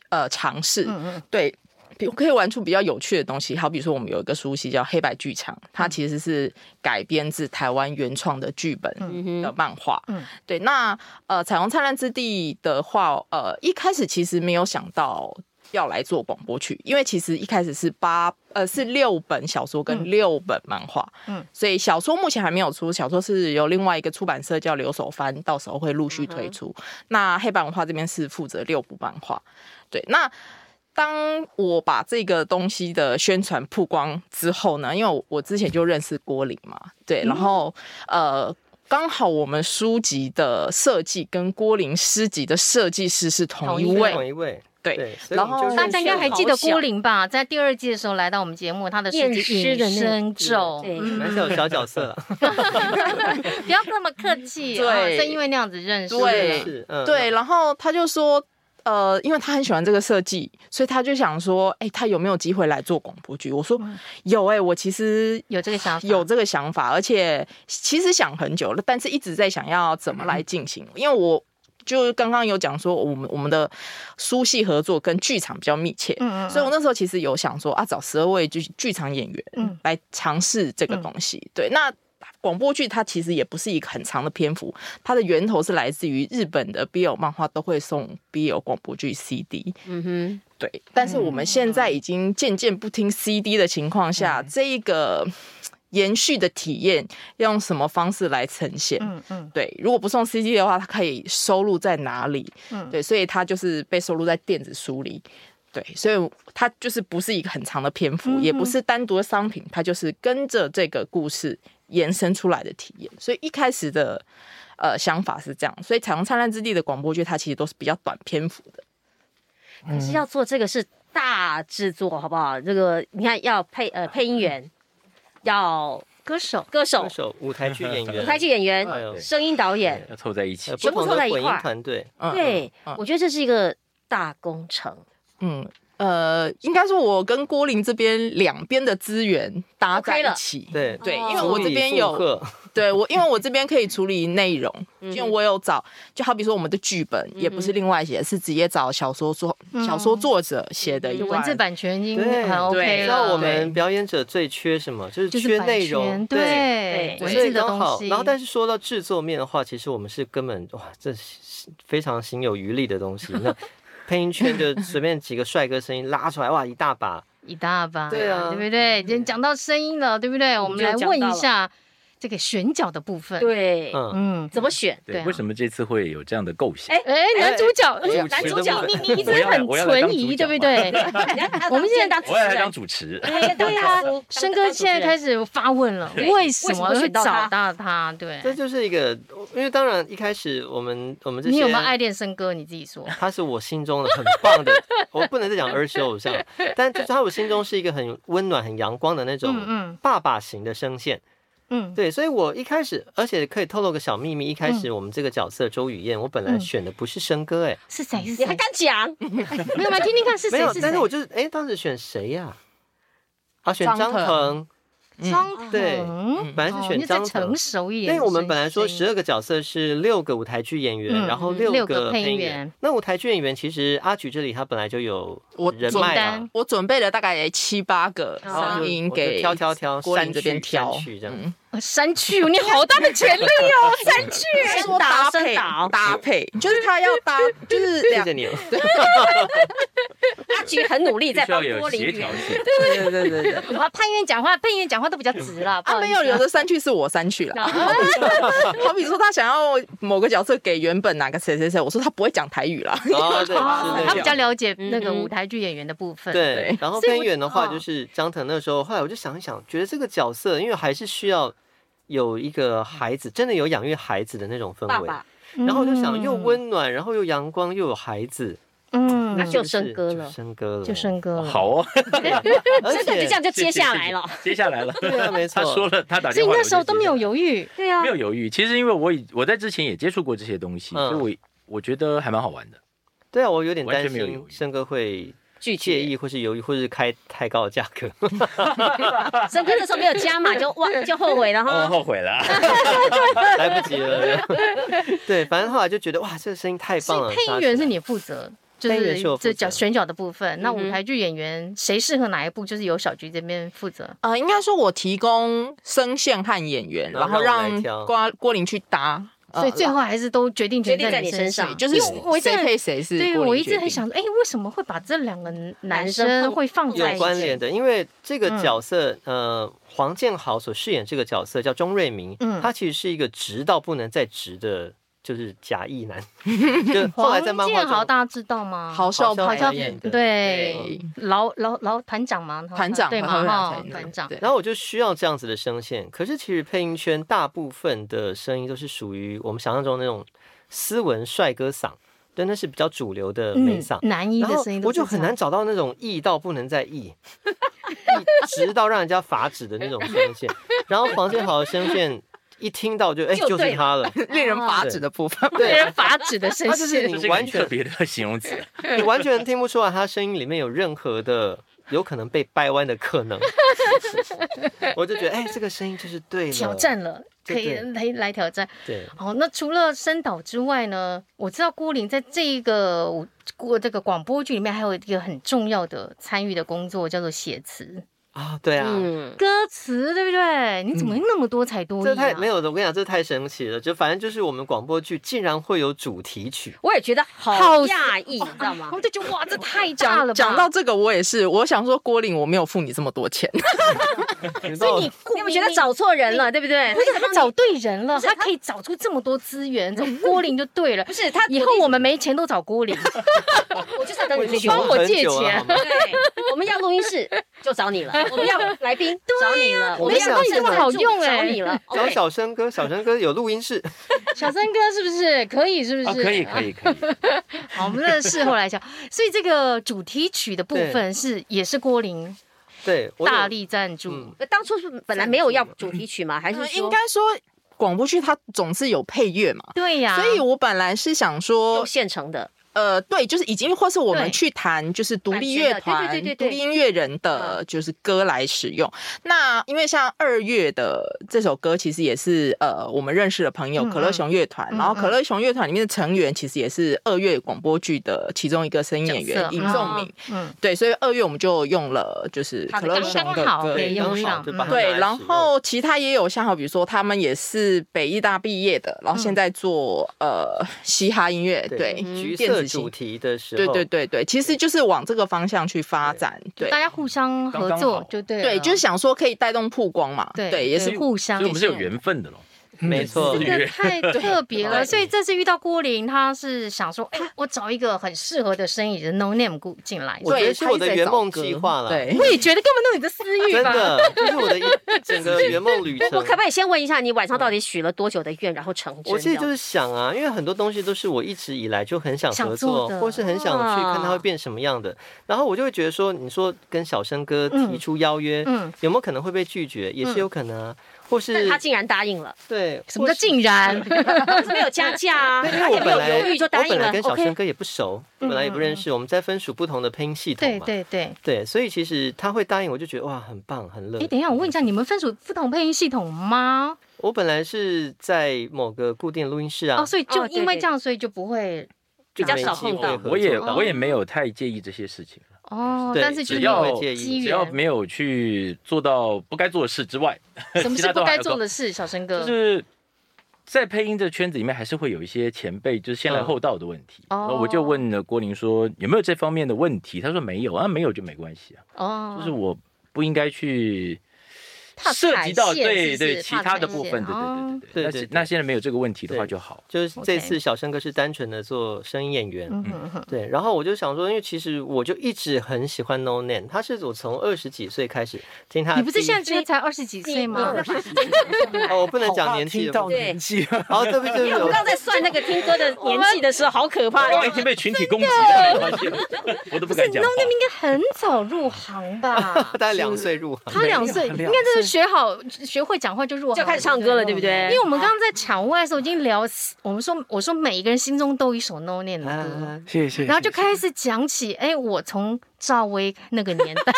[SPEAKER 6] 呃尝试，
[SPEAKER 7] 嗯嗯，
[SPEAKER 6] 对，比可以玩出比较有趣的东西。好比说，我们有一个书系叫《黑白剧场》，它其实是改编自台湾原创的剧本的漫画。
[SPEAKER 7] 嗯嗯
[SPEAKER 6] 对。那呃，《彩虹灿烂之地》的话，呃，一开始其实没有想到。要来做广播剧，因为其实一开始是八呃是六本小说跟六本漫画，
[SPEAKER 7] 嗯
[SPEAKER 6] 嗯，所以小说目前还没有出，小说是由另外一个出版社叫留守番，到时候会陆
[SPEAKER 3] 嗯
[SPEAKER 6] 续推出。那黑白文化这边是负责六部漫画，对，那当我把这个东西的宣传曝光之后呢，因为我我之前就认识郭林嘛，对，
[SPEAKER 3] 嗯
[SPEAKER 6] 然后、呃，刚好我们书籍的设计跟郭林诗集的设计师是同一位，
[SPEAKER 3] 同一位，
[SPEAKER 6] 对
[SPEAKER 3] 对，所以
[SPEAKER 6] 然
[SPEAKER 3] 我们
[SPEAKER 6] 后
[SPEAKER 3] 就
[SPEAKER 7] 大
[SPEAKER 3] 认
[SPEAKER 7] 家应
[SPEAKER 3] 识
[SPEAKER 7] 该
[SPEAKER 3] 了
[SPEAKER 7] 还记得郭玲吧？在第二季的时候来到我们节目，她的
[SPEAKER 8] 验
[SPEAKER 7] 诗集
[SPEAKER 8] 尸的
[SPEAKER 7] 隐
[SPEAKER 8] 那
[SPEAKER 7] 身
[SPEAKER 8] 集
[SPEAKER 7] 咒，
[SPEAKER 8] 对
[SPEAKER 7] 嗯
[SPEAKER 3] 蛮小小角色了，
[SPEAKER 7] 不要这么客气，
[SPEAKER 6] 对
[SPEAKER 7] 哦是因为那样子认识的，
[SPEAKER 6] 对
[SPEAKER 3] 是，嗯，
[SPEAKER 6] 对，然后他就说。呃，因为他很喜欢这个设计，所以他就想说，哎、他有没有机会来做广播剧？我说有、哎，我其实
[SPEAKER 7] 嗯有这个想法，
[SPEAKER 6] 有这个想法，而且其实想很久了，但是一直在想要怎么来
[SPEAKER 7] 嗯
[SPEAKER 6] 进行，因为我。就刚刚有讲说，我们我们的书系合作跟剧场比较密切，
[SPEAKER 7] 嗯嗯嗯
[SPEAKER 6] 所以我那时候其实有想说啊，找十二位剧剧场演员
[SPEAKER 7] 嗯
[SPEAKER 6] 来尝试这个东西。对，那广播剧它其实也不是一个很长的篇幅，它的源头是来自于日本的 BL 漫画都会送 BL 广播剧 CD。
[SPEAKER 8] 嗯哼，
[SPEAKER 6] 对，但是我们现在
[SPEAKER 7] 嗯
[SPEAKER 6] 已经渐渐不听 CD 的情况下，这一个延续的体验要用什么方式来呈现？
[SPEAKER 7] 嗯嗯
[SPEAKER 6] 对，如果不送 CD 的话，它可以收录在哪里？
[SPEAKER 7] 嗯
[SPEAKER 6] 对，所以它就是被收录在电子书里。对，所以它就是不是一个很长的篇幅，
[SPEAKER 8] 嗯
[SPEAKER 6] 也不是单独的商品，它就是跟着这个故事延伸出来的体验。所以一开始的呃想法是这样，所以《彩虹灿烂之地》的广播剧它其实都是比较短篇幅的。
[SPEAKER 8] 可是要做这个是大制作，好不好？这个你看要配呃配音员，要
[SPEAKER 7] 歌手
[SPEAKER 8] 歌手
[SPEAKER 3] 歌、手、舞台剧演员、
[SPEAKER 8] 舞台剧演员
[SPEAKER 3] 哎、呦
[SPEAKER 8] 声音导演，
[SPEAKER 4] 要凑在一起
[SPEAKER 3] 呃，。
[SPEAKER 8] 全
[SPEAKER 3] 不
[SPEAKER 8] 部
[SPEAKER 3] 同
[SPEAKER 8] 凑
[SPEAKER 3] 的
[SPEAKER 8] 在一
[SPEAKER 3] 混音
[SPEAKER 8] 块儿
[SPEAKER 3] 团队，
[SPEAKER 6] 嗯，
[SPEAKER 8] 对
[SPEAKER 6] 嗯，
[SPEAKER 8] 我觉得这是一个大工程。
[SPEAKER 6] 嗯，呃，应该说我跟郭林这边两边的资源搭在
[SPEAKER 8] OK 了
[SPEAKER 6] 一起。
[SPEAKER 3] 对
[SPEAKER 6] 对，
[SPEAKER 8] 哦
[SPEAKER 6] 嗯因为我这边有
[SPEAKER 3] 处理负荷
[SPEAKER 6] 对我，因为我这边可以处理内容，因为我有找，就好比说我们的剧本也不是另外写，是直接找小说作小说作者写的一段
[SPEAKER 7] 文字版权已经
[SPEAKER 3] 对
[SPEAKER 7] 很 OK
[SPEAKER 6] 对
[SPEAKER 3] 你知道
[SPEAKER 7] 了，
[SPEAKER 3] 我们表演者最缺什么？就是
[SPEAKER 7] 就是
[SPEAKER 3] 缺
[SPEAKER 7] 版
[SPEAKER 3] 内容
[SPEAKER 7] 权，
[SPEAKER 8] 对
[SPEAKER 7] 对
[SPEAKER 3] 对
[SPEAKER 7] 文
[SPEAKER 3] 所以
[SPEAKER 7] 字的
[SPEAKER 3] 刚
[SPEAKER 7] 东
[SPEAKER 3] 好，
[SPEAKER 7] 西。
[SPEAKER 3] 然后但是说到制作面的话，其实我们是根本哇，这是非常行有余力的东西。 那配音圈就随便几个帅哥声音拉出来，哇，一大把。
[SPEAKER 7] 一大把，
[SPEAKER 3] 对啊
[SPEAKER 7] 对不对？今天讲到声音了，对不对？我们来问一
[SPEAKER 8] 就讲
[SPEAKER 7] 下这个选角的部分。，
[SPEAKER 8] 对，
[SPEAKER 3] 嗯，
[SPEAKER 7] 哎嗯，
[SPEAKER 8] 怎么选？
[SPEAKER 7] 对
[SPEAKER 4] 对，
[SPEAKER 7] 啊
[SPEAKER 4] 为什么这次会有这样的构想？
[SPEAKER 8] 哎
[SPEAKER 7] 哎，男主角，
[SPEAKER 3] 哎
[SPEAKER 7] 嗯
[SPEAKER 3] 哎
[SPEAKER 8] 男主角
[SPEAKER 3] 我
[SPEAKER 7] 你
[SPEAKER 3] 觉
[SPEAKER 7] 你一直
[SPEAKER 4] 我要来
[SPEAKER 7] 很
[SPEAKER 4] 我要来当
[SPEAKER 7] 存
[SPEAKER 4] 主
[SPEAKER 7] 疑，对
[SPEAKER 4] 角
[SPEAKER 7] 不对？ 我们现在
[SPEAKER 8] 当主
[SPEAKER 4] 我要来当
[SPEAKER 8] 持
[SPEAKER 4] 主持。
[SPEAKER 8] 人，对呀，
[SPEAKER 7] 生哥现在开
[SPEAKER 8] 始
[SPEAKER 7] 始发问了，
[SPEAKER 8] 对
[SPEAKER 7] 为什么
[SPEAKER 8] 为什么
[SPEAKER 7] 会
[SPEAKER 8] 选到他
[SPEAKER 7] 找到他？对，
[SPEAKER 3] 这就是一个，因为当然一开始我们我们这些
[SPEAKER 7] 你有没有爱恋生哥？你自己说。
[SPEAKER 3] 他是我心中的很 棒的，我不能再讲儿时偶像，但就是他我心中是一个很温暖、很阳光的那
[SPEAKER 7] 嗯
[SPEAKER 3] 种
[SPEAKER 7] 嗯
[SPEAKER 3] 爸爸型的声线。
[SPEAKER 7] 嗯，
[SPEAKER 3] 对，所以我一开始，而且可以透露个小秘密，一开始我们这个角色周雨燕，我本来
[SPEAKER 7] 嗯
[SPEAKER 3] 选的不是生哥、哎、
[SPEAKER 7] 是谁？是
[SPEAKER 8] 你
[SPEAKER 7] 谁
[SPEAKER 8] 还？敢讲？
[SPEAKER 7] 没有，来听听看是
[SPEAKER 3] 没
[SPEAKER 7] 谁
[SPEAKER 3] 有，
[SPEAKER 7] 是
[SPEAKER 3] 但
[SPEAKER 7] 谁
[SPEAKER 3] 是我？就是，哎、当时选谁呀、啊？选
[SPEAKER 6] 张
[SPEAKER 3] 张
[SPEAKER 6] 腾
[SPEAKER 3] 腾，
[SPEAKER 6] 嗯
[SPEAKER 7] 张腾，
[SPEAKER 3] 对
[SPEAKER 7] 哦
[SPEAKER 3] 本来是
[SPEAKER 7] 你
[SPEAKER 3] 选
[SPEAKER 7] 再
[SPEAKER 3] 张腾
[SPEAKER 7] 成。熟一
[SPEAKER 3] 因
[SPEAKER 7] 点。
[SPEAKER 3] 为我们本来说
[SPEAKER 7] 声
[SPEAKER 3] 十
[SPEAKER 7] 音，
[SPEAKER 3] 二个角色是六个舞台剧演员，
[SPEAKER 7] 嗯
[SPEAKER 3] 然后
[SPEAKER 7] 六个
[SPEAKER 3] 个
[SPEAKER 7] 配音
[SPEAKER 3] 音
[SPEAKER 7] 员。
[SPEAKER 3] 那舞台剧演员其实阿菊这里他本来就有
[SPEAKER 6] 我
[SPEAKER 3] 人
[SPEAKER 6] 简
[SPEAKER 3] 脉
[SPEAKER 7] 单
[SPEAKER 3] 嘛，
[SPEAKER 6] 我准备了大概七八个
[SPEAKER 3] 然后
[SPEAKER 6] 声
[SPEAKER 3] 就
[SPEAKER 6] 音
[SPEAKER 3] 我就
[SPEAKER 6] 给
[SPEAKER 3] 挑挑挑，
[SPEAKER 6] 郭林
[SPEAKER 3] 山
[SPEAKER 6] 这边
[SPEAKER 3] 区山
[SPEAKER 6] 挑
[SPEAKER 3] 区这样。
[SPEAKER 6] 嗯
[SPEAKER 7] 呃删去，你好大的权利哦！ 删去，
[SPEAKER 8] 声打声
[SPEAKER 6] 配
[SPEAKER 8] 打，
[SPEAKER 6] 搭配，就是他要搭，就是
[SPEAKER 3] 谢
[SPEAKER 6] 两
[SPEAKER 3] 谢你哦，
[SPEAKER 8] 阿菊很努力
[SPEAKER 4] 必
[SPEAKER 8] 在
[SPEAKER 4] 须要
[SPEAKER 8] 帮
[SPEAKER 4] 有
[SPEAKER 8] 郭
[SPEAKER 4] 协
[SPEAKER 8] 林
[SPEAKER 4] 调
[SPEAKER 8] 圆。
[SPEAKER 4] 性，
[SPEAKER 6] 对对对对对。
[SPEAKER 7] 哇，配音员讲话，配音员讲话都比较直了，不
[SPEAKER 6] 啊，
[SPEAKER 7] 好
[SPEAKER 6] 没
[SPEAKER 7] 意思
[SPEAKER 6] 有，有的删去是我删去了。 好比说，他想要某个角色给原本哪个谁谁谁，我说他不会讲台语啦。
[SPEAKER 3] 哦对，
[SPEAKER 7] 哦
[SPEAKER 3] 是
[SPEAKER 7] 他
[SPEAKER 3] 那
[SPEAKER 7] 比
[SPEAKER 3] 样
[SPEAKER 7] 较了解那个
[SPEAKER 8] 嗯嗯
[SPEAKER 7] 舞台剧演员的部分。
[SPEAKER 3] 对，然后
[SPEAKER 7] 所以
[SPEAKER 3] 偏
[SPEAKER 7] 我
[SPEAKER 3] 远的话
[SPEAKER 7] 哦
[SPEAKER 3] 就是张腾那时候，后来我就想一想，觉得这个角色，因为还是需要有一个孩子，真的有养育孩子的那种氛
[SPEAKER 8] 爸
[SPEAKER 3] 围。
[SPEAKER 8] 爸，
[SPEAKER 7] 嗯，
[SPEAKER 3] 然后我就想，又温暖，然后又阳光，又有孩子，
[SPEAKER 7] 嗯，
[SPEAKER 8] 那
[SPEAKER 3] 是
[SPEAKER 8] 就
[SPEAKER 3] 不是
[SPEAKER 8] 生哥
[SPEAKER 3] 就
[SPEAKER 8] 了，
[SPEAKER 3] 生哥了，
[SPEAKER 7] 就生哥了。
[SPEAKER 4] 好哦，
[SPEAKER 3] 而
[SPEAKER 8] 真的
[SPEAKER 3] 且
[SPEAKER 8] 就这样就接下来了。
[SPEAKER 4] 接下来了。
[SPEAKER 3] 对 啊，没错，
[SPEAKER 4] 他说了，他打
[SPEAKER 7] 所
[SPEAKER 4] 电
[SPEAKER 7] 以
[SPEAKER 4] 话，
[SPEAKER 7] 那时候
[SPEAKER 4] 我就
[SPEAKER 7] 都没有
[SPEAKER 4] 接下
[SPEAKER 7] 犹豫，
[SPEAKER 8] 对啊
[SPEAKER 4] 来没，有犹豫。其实因为我已我在之前也接触过这些东西，
[SPEAKER 3] 嗯
[SPEAKER 4] 所以我我觉得还蛮好玩的。
[SPEAKER 3] 对啊，我有点
[SPEAKER 4] 完
[SPEAKER 3] 担
[SPEAKER 4] 全没有
[SPEAKER 3] 心
[SPEAKER 4] 犹豫
[SPEAKER 3] 生哥会
[SPEAKER 8] 拒
[SPEAKER 3] 介
[SPEAKER 8] 绝。
[SPEAKER 3] 意，或是犹豫，或是开太高的价 格。
[SPEAKER 8] 生哥那时候没有加码，就哇就后悔了
[SPEAKER 4] 哦，
[SPEAKER 8] 哈。
[SPEAKER 4] 后悔 了，
[SPEAKER 7] 啊
[SPEAKER 3] 来不及 了。对，反正后来就觉得哇，这个声音太棒
[SPEAKER 7] 所
[SPEAKER 3] 了。
[SPEAKER 7] 以配音员是你负责。就
[SPEAKER 3] 配音员
[SPEAKER 7] 是
[SPEAKER 3] 是我负责
[SPEAKER 7] 这角选角的部分，那
[SPEAKER 8] 嗯哼
[SPEAKER 7] 舞台剧演员谁适合哪一部，就是由小菊这边负
[SPEAKER 3] 啊
[SPEAKER 7] 责。
[SPEAKER 6] 呃，应该说我提供声线和演员，
[SPEAKER 3] 然
[SPEAKER 6] 然
[SPEAKER 3] 后
[SPEAKER 6] 后
[SPEAKER 3] 让我来
[SPEAKER 6] 让
[SPEAKER 3] 挑
[SPEAKER 6] 郭郭林去搭，呃
[SPEAKER 7] 所以
[SPEAKER 3] 啊
[SPEAKER 7] 最后还是都决定权
[SPEAKER 8] 决定在
[SPEAKER 7] 你
[SPEAKER 8] 你
[SPEAKER 7] 身
[SPEAKER 8] 身上
[SPEAKER 7] 上，
[SPEAKER 6] 就是
[SPEAKER 7] 因为我一直
[SPEAKER 6] 谁配谁是
[SPEAKER 7] 对，
[SPEAKER 6] 郭林
[SPEAKER 7] 我一直
[SPEAKER 6] 决
[SPEAKER 7] 很
[SPEAKER 6] 定
[SPEAKER 7] 想，哎，为什么会把这两个男
[SPEAKER 8] 男生
[SPEAKER 7] 生
[SPEAKER 8] 碰
[SPEAKER 7] 会放在一
[SPEAKER 3] 有
[SPEAKER 7] 起
[SPEAKER 3] 关联？的，因为这个角色，
[SPEAKER 7] 嗯
[SPEAKER 3] 呃，黄建豪所饰演这个角色叫钟瑞明，
[SPEAKER 7] 嗯
[SPEAKER 3] 他其实是一个直到不能再直的，就是假意 男，就后来在漫画
[SPEAKER 7] 黄建豪
[SPEAKER 3] 中，
[SPEAKER 7] 大家知道吗？
[SPEAKER 6] 好
[SPEAKER 3] 好
[SPEAKER 6] 笑
[SPEAKER 7] 好
[SPEAKER 6] 派
[SPEAKER 7] 像
[SPEAKER 3] 像演的。
[SPEAKER 7] 对老老老团长嘛，
[SPEAKER 6] 团长
[SPEAKER 7] 对
[SPEAKER 6] 好
[SPEAKER 7] 嘛
[SPEAKER 6] 像
[SPEAKER 7] 哈
[SPEAKER 6] 才，
[SPEAKER 7] 团长
[SPEAKER 6] 对
[SPEAKER 3] 然后我就需要这样子的声线，可是其实配音圈大部分的声音都是属于我们想象中那种斯文帅哥嗓，对，那是比较主流的美嗓。
[SPEAKER 7] 男嗯一
[SPEAKER 3] 然
[SPEAKER 7] 的
[SPEAKER 3] 后
[SPEAKER 7] 声音都
[SPEAKER 3] 我
[SPEAKER 7] 是这
[SPEAKER 3] 就
[SPEAKER 7] 样，
[SPEAKER 3] 很难找到那种异到不能再异，异直到让人家发指的那种声线。然后黄建豪的声线一听到就哎、
[SPEAKER 8] 就对
[SPEAKER 3] 就是他了，
[SPEAKER 6] 令
[SPEAKER 7] 哦
[SPEAKER 6] 人发指的部分。
[SPEAKER 7] 被
[SPEAKER 3] 对啊
[SPEAKER 7] 人法指的 声
[SPEAKER 3] 他就是
[SPEAKER 7] 线。
[SPEAKER 4] 这
[SPEAKER 3] 你
[SPEAKER 4] 是
[SPEAKER 3] 完
[SPEAKER 4] 完特
[SPEAKER 3] 全
[SPEAKER 4] 别的 形容词。
[SPEAKER 3] 你完全听不出来他声音里面有任何的有可能被掰弯的可能。 我就觉得哎、这个声音就是对了，
[SPEAKER 7] 挑战了，可
[SPEAKER 3] 对
[SPEAKER 7] 以
[SPEAKER 3] 对
[SPEAKER 7] 来来挑战。
[SPEAKER 3] 对。
[SPEAKER 7] 好，那除了声导之外呢？我知道郭林在这一个我这个广播剧里面还有一个很重要的参与的工作，叫做写词。
[SPEAKER 3] 啊，对啊，
[SPEAKER 8] 嗯，
[SPEAKER 7] 歌词对不对？你怎么那么多才多艺、
[SPEAKER 3] 这
[SPEAKER 7] 啊？
[SPEAKER 3] 太没有的，我跟你讲，这太神奇了。就反正就是我们广播剧竟然会有主题曲，
[SPEAKER 8] 我也觉得好
[SPEAKER 7] 好
[SPEAKER 8] 讶异，你知道吗
[SPEAKER 7] 我？们就觉得哦哇，这太 大了吧！
[SPEAKER 6] 讲讲到这个，我也是，我想说郭玲，我没有付你这么多钱，
[SPEAKER 3] 所以
[SPEAKER 8] 你有没有觉得找错人了，对不对
[SPEAKER 7] 不？是他找对人了，
[SPEAKER 8] 是
[SPEAKER 7] 他
[SPEAKER 8] 他
[SPEAKER 7] 可以找出这么多资源，找郭林就对了
[SPEAKER 8] 不。是他，
[SPEAKER 7] 以后我们没钱都找郭林，
[SPEAKER 8] 我就是要等你
[SPEAKER 3] 你
[SPEAKER 8] 们去
[SPEAKER 7] 帮我借
[SPEAKER 3] 啊
[SPEAKER 7] 钱
[SPEAKER 8] 对，我们要录音 室就找你了，我们要来宾找你了，
[SPEAKER 3] 我
[SPEAKER 8] 们
[SPEAKER 3] 想
[SPEAKER 8] 要
[SPEAKER 3] 这
[SPEAKER 8] 这
[SPEAKER 3] 么
[SPEAKER 7] 好用
[SPEAKER 8] 找
[SPEAKER 7] 哎
[SPEAKER 8] 你 了。
[SPEAKER 3] 找
[SPEAKER 8] OK
[SPEAKER 3] 小生哥，小生哥有录音室，
[SPEAKER 7] 小三哥是不是可以？是不
[SPEAKER 4] 啊，
[SPEAKER 7] 是？
[SPEAKER 4] 可以可以可以，
[SPEAKER 7] 好，我们的事后来讲，所以这个主题曲的部分是也是郭林
[SPEAKER 3] 对，我有
[SPEAKER 7] 大力赞助，
[SPEAKER 8] 呃当初是本来没有要主题曲嘛，还是
[SPEAKER 6] 呃应
[SPEAKER 8] 说
[SPEAKER 6] 该说广播剧它总是有配乐嘛。
[SPEAKER 7] 对啊呀，
[SPEAKER 6] 所以我本来是想说
[SPEAKER 8] 用，现成的？
[SPEAKER 6] 呃，对，就是已经或是我
[SPEAKER 7] 对
[SPEAKER 6] 们去谈，就是独立乐团、
[SPEAKER 8] 版权的对对对对对嗯
[SPEAKER 6] 独立音乐人的就是歌来使用。那因为像二月的这首歌，其实也是呃我们认识的朋友
[SPEAKER 7] 嗯
[SPEAKER 6] 可乐熊乐团，
[SPEAKER 7] 嗯
[SPEAKER 6] 然后可乐熊乐团里面的成员其实也是二月广播剧的其中一个声音演
[SPEAKER 7] 角色
[SPEAKER 6] 员尹仲明。
[SPEAKER 7] 嗯，
[SPEAKER 6] 对，所以二月我们就用了就是可乐
[SPEAKER 7] 刚
[SPEAKER 6] 熊
[SPEAKER 7] 刚
[SPEAKER 6] 的
[SPEAKER 7] 好
[SPEAKER 8] 嗯
[SPEAKER 6] 歌
[SPEAKER 7] 可。以用
[SPEAKER 3] 刚
[SPEAKER 7] 上
[SPEAKER 3] 好，就把它拿来
[SPEAKER 6] 对，
[SPEAKER 3] 使
[SPEAKER 6] 然
[SPEAKER 3] 用
[SPEAKER 6] 后其他也有像好，比如说他们也是北艺大毕业的，然后
[SPEAKER 7] 嗯
[SPEAKER 6] 现在做、呃嘻哈音乐，对，
[SPEAKER 3] 橘
[SPEAKER 6] 电
[SPEAKER 3] 色
[SPEAKER 6] 子
[SPEAKER 3] 主
[SPEAKER 6] 型
[SPEAKER 3] 题的时
[SPEAKER 6] 对
[SPEAKER 3] 候，
[SPEAKER 6] 对对对，其实就是往这个方向去发展，对
[SPEAKER 7] 大家互相合
[SPEAKER 4] 刚刚
[SPEAKER 7] 作
[SPEAKER 4] 好
[SPEAKER 7] 就对了，
[SPEAKER 6] 对，就是想说可以带动曝光嘛，
[SPEAKER 7] 对
[SPEAKER 6] 也
[SPEAKER 7] 对
[SPEAKER 6] 是
[SPEAKER 7] 互相，
[SPEAKER 4] 所以我们是有缘分的喽。
[SPEAKER 3] 没错
[SPEAKER 7] 这，个太特别了，
[SPEAKER 6] 对
[SPEAKER 7] 所以这次遇到郭林，他是想说，哎、我找一个很适合的生意人 No Name 顾进来。
[SPEAKER 3] 我觉得
[SPEAKER 6] 对
[SPEAKER 3] 是
[SPEAKER 6] 他
[SPEAKER 3] 我
[SPEAKER 6] 一
[SPEAKER 3] 的
[SPEAKER 6] 直在
[SPEAKER 3] 圆
[SPEAKER 6] 找
[SPEAKER 3] 梦
[SPEAKER 6] 歌
[SPEAKER 3] 计划啦
[SPEAKER 6] 对
[SPEAKER 7] 我，也觉得根本都是你的私欲
[SPEAKER 3] 真
[SPEAKER 7] 吧。
[SPEAKER 3] 的，就是我的一整个圆梦旅程。
[SPEAKER 8] 我可不可以先问一下，你晚上到底许了多久的愿，然后成
[SPEAKER 3] 嗯
[SPEAKER 8] 真？
[SPEAKER 3] 我其实就
[SPEAKER 8] 这
[SPEAKER 3] 是
[SPEAKER 8] 样
[SPEAKER 3] 想啊，因为很多东西都是我一直以来就很想
[SPEAKER 7] 想
[SPEAKER 3] 合
[SPEAKER 7] 做
[SPEAKER 3] 作，
[SPEAKER 7] 的
[SPEAKER 3] 或是很想去看它会变什么样的。然后我就会觉得说，你说跟小生哥提出邀约，
[SPEAKER 7] 嗯
[SPEAKER 3] 有没有可能会被拒绝？也是有可能啊，或
[SPEAKER 8] 但
[SPEAKER 3] 是
[SPEAKER 8] 他竟然答应了，
[SPEAKER 3] 对
[SPEAKER 7] 什么叫竟然？
[SPEAKER 8] 可是没有 加价啊，
[SPEAKER 3] 对，因为
[SPEAKER 8] 他也
[SPEAKER 3] 我
[SPEAKER 8] 没
[SPEAKER 3] 本
[SPEAKER 8] 有
[SPEAKER 3] 来
[SPEAKER 8] 犹豫就
[SPEAKER 3] 我
[SPEAKER 8] 答应
[SPEAKER 3] 本
[SPEAKER 8] 了
[SPEAKER 3] 来跟。小
[SPEAKER 8] OK，
[SPEAKER 3] 生哥也不熟，本来也不认识，我们在分属不同的配音系统
[SPEAKER 7] 嗯对
[SPEAKER 3] 嘛，
[SPEAKER 7] 对对。
[SPEAKER 3] 对所以其实他会答应，我就觉得哇，很棒，很乐
[SPEAKER 7] 哎、。等一下，我问一下，你们分属不同配音系统吗？
[SPEAKER 3] 我本来是在某个固定录音室啊，
[SPEAKER 7] 哦，所以就
[SPEAKER 8] 哦对
[SPEAKER 7] 因为
[SPEAKER 8] 对
[SPEAKER 7] 这样，所以就不会
[SPEAKER 3] 就
[SPEAKER 8] 比较
[SPEAKER 3] 没
[SPEAKER 8] 少
[SPEAKER 3] 机
[SPEAKER 8] 碰
[SPEAKER 3] 会
[SPEAKER 8] 到
[SPEAKER 3] 合
[SPEAKER 4] 我也
[SPEAKER 3] 作到
[SPEAKER 4] 我也没有太介意这些事情，
[SPEAKER 7] 哦。
[SPEAKER 3] 对
[SPEAKER 7] 但是就
[SPEAKER 4] 只
[SPEAKER 7] 是
[SPEAKER 4] 要
[SPEAKER 7] 有机
[SPEAKER 4] 只要
[SPEAKER 7] 缘。
[SPEAKER 4] 没有去做到不该做的事之外，
[SPEAKER 7] 什 么
[SPEAKER 4] 其
[SPEAKER 7] 是
[SPEAKER 4] 他
[SPEAKER 7] 不
[SPEAKER 4] 都
[SPEAKER 7] 该
[SPEAKER 4] 还
[SPEAKER 7] 做的事？小生哥，
[SPEAKER 4] 就是在配音这圈子里面，还是会有一些前辈就是先来后到的问题。
[SPEAKER 7] 嗯
[SPEAKER 4] 然后我就问了郭林说有没有这方面的问题，他说没有啊，没有就没关系啊，
[SPEAKER 7] 哦，
[SPEAKER 4] 就是我不应该去。
[SPEAKER 7] 怕
[SPEAKER 4] 涉及到
[SPEAKER 7] 踩线
[SPEAKER 4] 对
[SPEAKER 7] 是不是
[SPEAKER 4] 对其他的
[SPEAKER 7] 怕踩
[SPEAKER 4] 部分，
[SPEAKER 7] 线
[SPEAKER 4] 对
[SPEAKER 7] 哦
[SPEAKER 4] 对
[SPEAKER 3] 对
[SPEAKER 4] 对对但
[SPEAKER 3] 对
[SPEAKER 4] 是
[SPEAKER 3] 对
[SPEAKER 4] 那现在没有这个问题的话
[SPEAKER 3] 对
[SPEAKER 4] 就好。
[SPEAKER 3] 就是这
[SPEAKER 7] OK
[SPEAKER 3] 次小生哥是单纯的做声音演员，
[SPEAKER 7] 嗯哼哼，
[SPEAKER 3] 对，然后我就想说，因为其实我就一直很喜欢 No Name，他是我从二十几岁开始听他。
[SPEAKER 7] 你不是现在只有才二十几岁吗？
[SPEAKER 3] 在哦，我不能讲年纪
[SPEAKER 5] 听
[SPEAKER 3] 的
[SPEAKER 5] 到
[SPEAKER 3] 部分。
[SPEAKER 5] 年纪，
[SPEAKER 3] 哦，对不起对
[SPEAKER 8] 因为
[SPEAKER 3] 不
[SPEAKER 8] 我们
[SPEAKER 3] 起
[SPEAKER 8] 刚，才算那个听歌的年纪的时候，好可怕
[SPEAKER 4] 我。刚刚已经被群体攻击了，没关系，我都不敢讲话。
[SPEAKER 7] 应该很早入行吧
[SPEAKER 3] 我？大概两岁入行。
[SPEAKER 7] 他两岁，应
[SPEAKER 5] 两
[SPEAKER 7] 该
[SPEAKER 5] 岁
[SPEAKER 7] 就是学好、学会讲话就入行，
[SPEAKER 8] 就开始唱歌了，对不对？
[SPEAKER 7] 因为我们刚刚在场外的时候已经聊，我们说我说每一个人心中都有一首 No Name 的歌，
[SPEAKER 3] 啊，
[SPEAKER 5] 谢谢。
[SPEAKER 7] 然后就开始讲起，哎，我从赵薇那个年代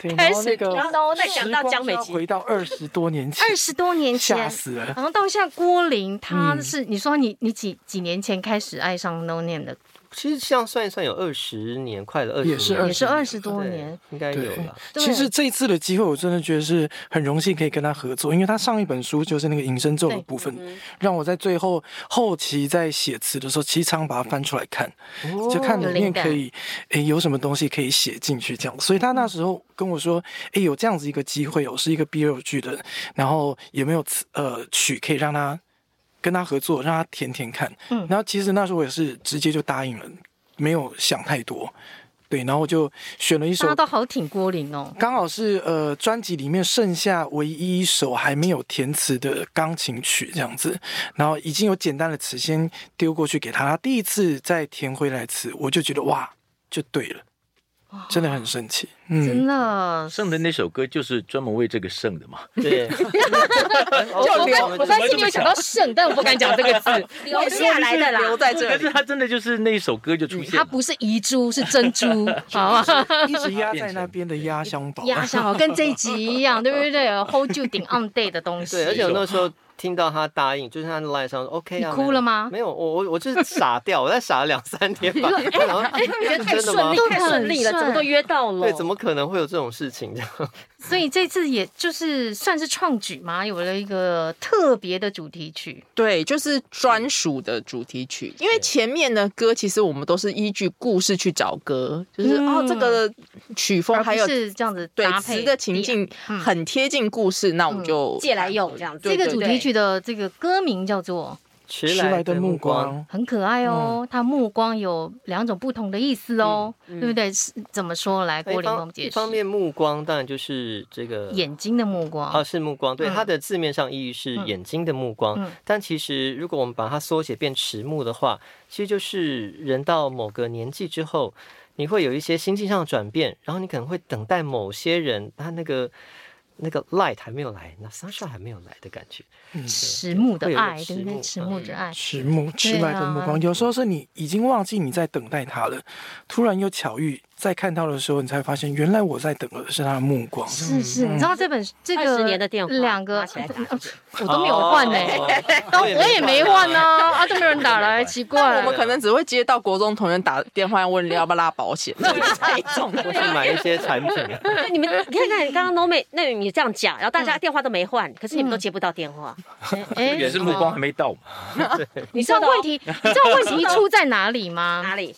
[SPEAKER 5] 挺
[SPEAKER 7] 开
[SPEAKER 5] 然后
[SPEAKER 7] 始
[SPEAKER 5] 那
[SPEAKER 7] 听
[SPEAKER 5] 个
[SPEAKER 8] 然后再讲
[SPEAKER 5] 时
[SPEAKER 8] 到
[SPEAKER 5] 光
[SPEAKER 8] 江美
[SPEAKER 5] 要
[SPEAKER 8] 琪
[SPEAKER 5] 回到二十多年前，
[SPEAKER 7] 二十多年
[SPEAKER 5] 吓
[SPEAKER 7] 前。
[SPEAKER 5] 死了。
[SPEAKER 7] 然后到现在，郭林他
[SPEAKER 5] 嗯
[SPEAKER 7] 是、你说你你几几年前开始爱上 No Name 的，
[SPEAKER 3] 其实这样算一算，有二十年，快了二十，
[SPEAKER 5] 也是
[SPEAKER 7] 也是二
[SPEAKER 5] 20
[SPEAKER 7] 十多年，
[SPEAKER 3] 应该有
[SPEAKER 5] 对
[SPEAKER 3] 了。
[SPEAKER 7] 对
[SPEAKER 5] 其实这次的机会，我真的觉得是很荣幸可以跟他合作，因为他上一本书就是那个隐身咒的部分，让我在最后后期在写词的时候，七常把它翻出来看，就看里面可以诶有什么东西可以写进去这样。所以他那时候跟我说，诶有这样子一个机会哦，是一个 BL 剧的，然后有没有词呃曲可以让他跟他合作，让他填填看。
[SPEAKER 7] 嗯
[SPEAKER 5] 然后其实那时候我也是直接就答应了，没有想太多。对，然后我就选了一首
[SPEAKER 7] 大家都好挺郭林哦。
[SPEAKER 5] 刚好是呃专辑里面剩下唯一一首还没有填词的钢琴曲这样子，然后已经有简单的词先丢过去给他，他第一次再填回来词，我就觉得哇，就对了， 真的很神奇，
[SPEAKER 7] 真
[SPEAKER 5] 嗯，
[SPEAKER 7] 的，
[SPEAKER 4] 剩的那首歌就是专门为这个剩的嘛。
[SPEAKER 3] 对，
[SPEAKER 7] 我刚
[SPEAKER 3] 们
[SPEAKER 7] 我刚心里有想到剩，但我不敢讲这个字。
[SPEAKER 8] 留下来的啦
[SPEAKER 6] 留，在这
[SPEAKER 4] 但
[SPEAKER 6] 里
[SPEAKER 4] 是。他真的就是那一首歌就出现
[SPEAKER 7] 它
[SPEAKER 4] 了，
[SPEAKER 7] 嗯不是遗珠，是珍珠，好吧？
[SPEAKER 5] 一直压在那边的压箱 宝，
[SPEAKER 7] 压箱好，跟这一集一样，对不对？Hold 住顶 on day 的东西。
[SPEAKER 3] 对，而且我那时候听到他答应，就是他的 line 上说 OK 啊，
[SPEAKER 7] 你哭了吗
[SPEAKER 3] 没有，我我我就是傻掉，我在傻了两三天吧。然后
[SPEAKER 8] 哎 觉得太
[SPEAKER 3] 真的
[SPEAKER 8] 顺
[SPEAKER 3] 吗
[SPEAKER 8] 利，太顺利了，
[SPEAKER 7] 很
[SPEAKER 8] 怎么都约到了。
[SPEAKER 3] 对，怎么可能会有这种事情？这样
[SPEAKER 7] 所以这次也就是算是创举嘛，有了一个特别的主题曲，
[SPEAKER 6] 对，就是
[SPEAKER 3] 嗯
[SPEAKER 6] 专属的主题曲，因为前面的歌其实我们都是依据故事去找歌，就是、
[SPEAKER 7] 嗯
[SPEAKER 6] 哦这个曲风
[SPEAKER 7] 而
[SPEAKER 6] 还
[SPEAKER 7] 不
[SPEAKER 6] 有
[SPEAKER 7] 是这样子
[SPEAKER 6] 对
[SPEAKER 7] 搭配
[SPEAKER 6] 词的情。境
[SPEAKER 7] 嗯
[SPEAKER 6] 很贴近故事，那我们就
[SPEAKER 8] 借来用这样子？
[SPEAKER 7] 这个
[SPEAKER 6] 对
[SPEAKER 7] 主题曲的这个歌名叫做
[SPEAKER 3] 迟
[SPEAKER 5] 迟来的目光，
[SPEAKER 7] 很可爱
[SPEAKER 3] 嗯
[SPEAKER 7] 哦，它目光有两种不同的意思哦，对不对？是怎么说来？
[SPEAKER 3] 那一
[SPEAKER 7] 郭林帮我
[SPEAKER 3] 方嗯一
[SPEAKER 7] 们解释。
[SPEAKER 3] 方面目光当然就是这个
[SPEAKER 7] 眼睛的目光，
[SPEAKER 3] 啊，是目光，对，
[SPEAKER 7] 嗯
[SPEAKER 3] 它的字面上意义是
[SPEAKER 7] 嗯
[SPEAKER 3] 眼睛的目光，
[SPEAKER 7] 嗯
[SPEAKER 3] 但其实如果我们把它缩写变迟暮的话，其实就是人到某个年纪之后，你会有一些心境上的转变，然后你可能会等待某些人他那个那个 light 还没有来，那 sunshine 还没有来的感觉，
[SPEAKER 7] 迟暮的爱，
[SPEAKER 3] 会有一个
[SPEAKER 7] 对不对？迟
[SPEAKER 3] 迟
[SPEAKER 7] 暮
[SPEAKER 3] 暮嗯
[SPEAKER 7] 的爱，
[SPEAKER 5] 迟暮迟来的目光，有时候是你已经忘记你在等待他了，突然又巧遇，在看到的时候，你才发现原来我在等的是他的目光。
[SPEAKER 7] 是是，
[SPEAKER 3] 嗯
[SPEAKER 7] 你知道这本这个
[SPEAKER 8] 20年的电话
[SPEAKER 7] 两个
[SPEAKER 8] 拿起来 打是不是
[SPEAKER 7] 我都没有换呢，
[SPEAKER 3] 哦
[SPEAKER 7] 但我也没换呢，
[SPEAKER 3] 啊。
[SPEAKER 7] 啊，都没有人打来，奇怪。
[SPEAKER 6] 我们可能只会接到国中同学打电话问要不要拉保险，那一种
[SPEAKER 3] 我去买一些产品，啊
[SPEAKER 8] 对你们你看看刚刚 No 妹，那你这样讲，然后大
[SPEAKER 7] 嗯
[SPEAKER 8] 家电话都没换，可是你们都接不到电话，
[SPEAKER 7] 哎
[SPEAKER 4] 也是目光还没到嘛。
[SPEAKER 7] 你知道问题，你知道问题出在哪里吗？
[SPEAKER 8] 哪里？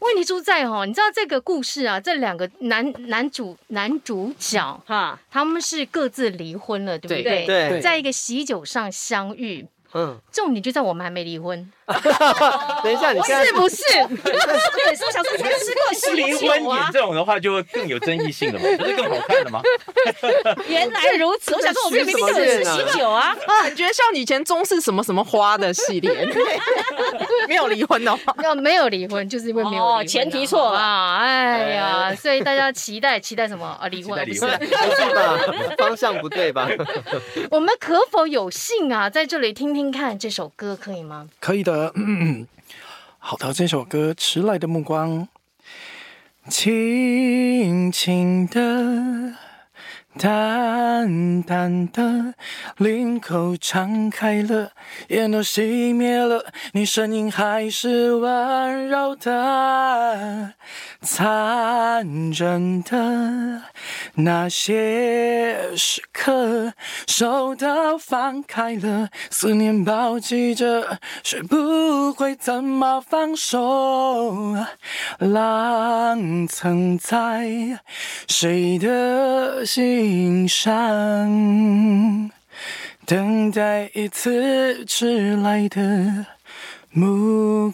[SPEAKER 7] 问题出在哦，你知道这个故事啊，这两个男男主男主角
[SPEAKER 8] 哈，
[SPEAKER 7] 他们是各自离婚了，对不对？
[SPEAKER 3] 对，
[SPEAKER 7] 在一个喜酒上相遇，
[SPEAKER 3] 嗯，
[SPEAKER 7] 重点就在我们还没离婚，
[SPEAKER 3] 等一下，你现在
[SPEAKER 7] 是不是？
[SPEAKER 8] 对，所以我想说才吃过喜
[SPEAKER 4] 离
[SPEAKER 8] 酒
[SPEAKER 4] 婚
[SPEAKER 8] 啊
[SPEAKER 4] 演，这种的话，就更有争议性了嘛，不是更好看 了吗？
[SPEAKER 8] 原来如此，我想说我们明明就有吃喜酒啊，
[SPEAKER 6] 感觉像以前中式什么什么花的系 列，没有离婚的哦话，
[SPEAKER 7] 要没有离婚，就是因为没有离婚啊
[SPEAKER 8] 哦前提错了
[SPEAKER 7] 啊！哎呀，所以大家期待期待什么啊？离婚
[SPEAKER 4] 期待
[SPEAKER 7] 不
[SPEAKER 4] 离
[SPEAKER 7] 是
[SPEAKER 4] 婚
[SPEAKER 7] 啊？
[SPEAKER 3] 不是吧？方向不对吧？
[SPEAKER 7] 我们可否有幸啊，在这里听听看这首歌，可以吗？
[SPEAKER 5] 可以的。 嗯好的，这首歌《迟来的目光》，轻轻的、淡淡的，领口敞开了，烟都熄灭了，你身影还是环绕的，残忍的那些时刻，手都放开了，思念抱紧着，学不会怎么放手，浪曾在谁的心上？等待一次迟来的目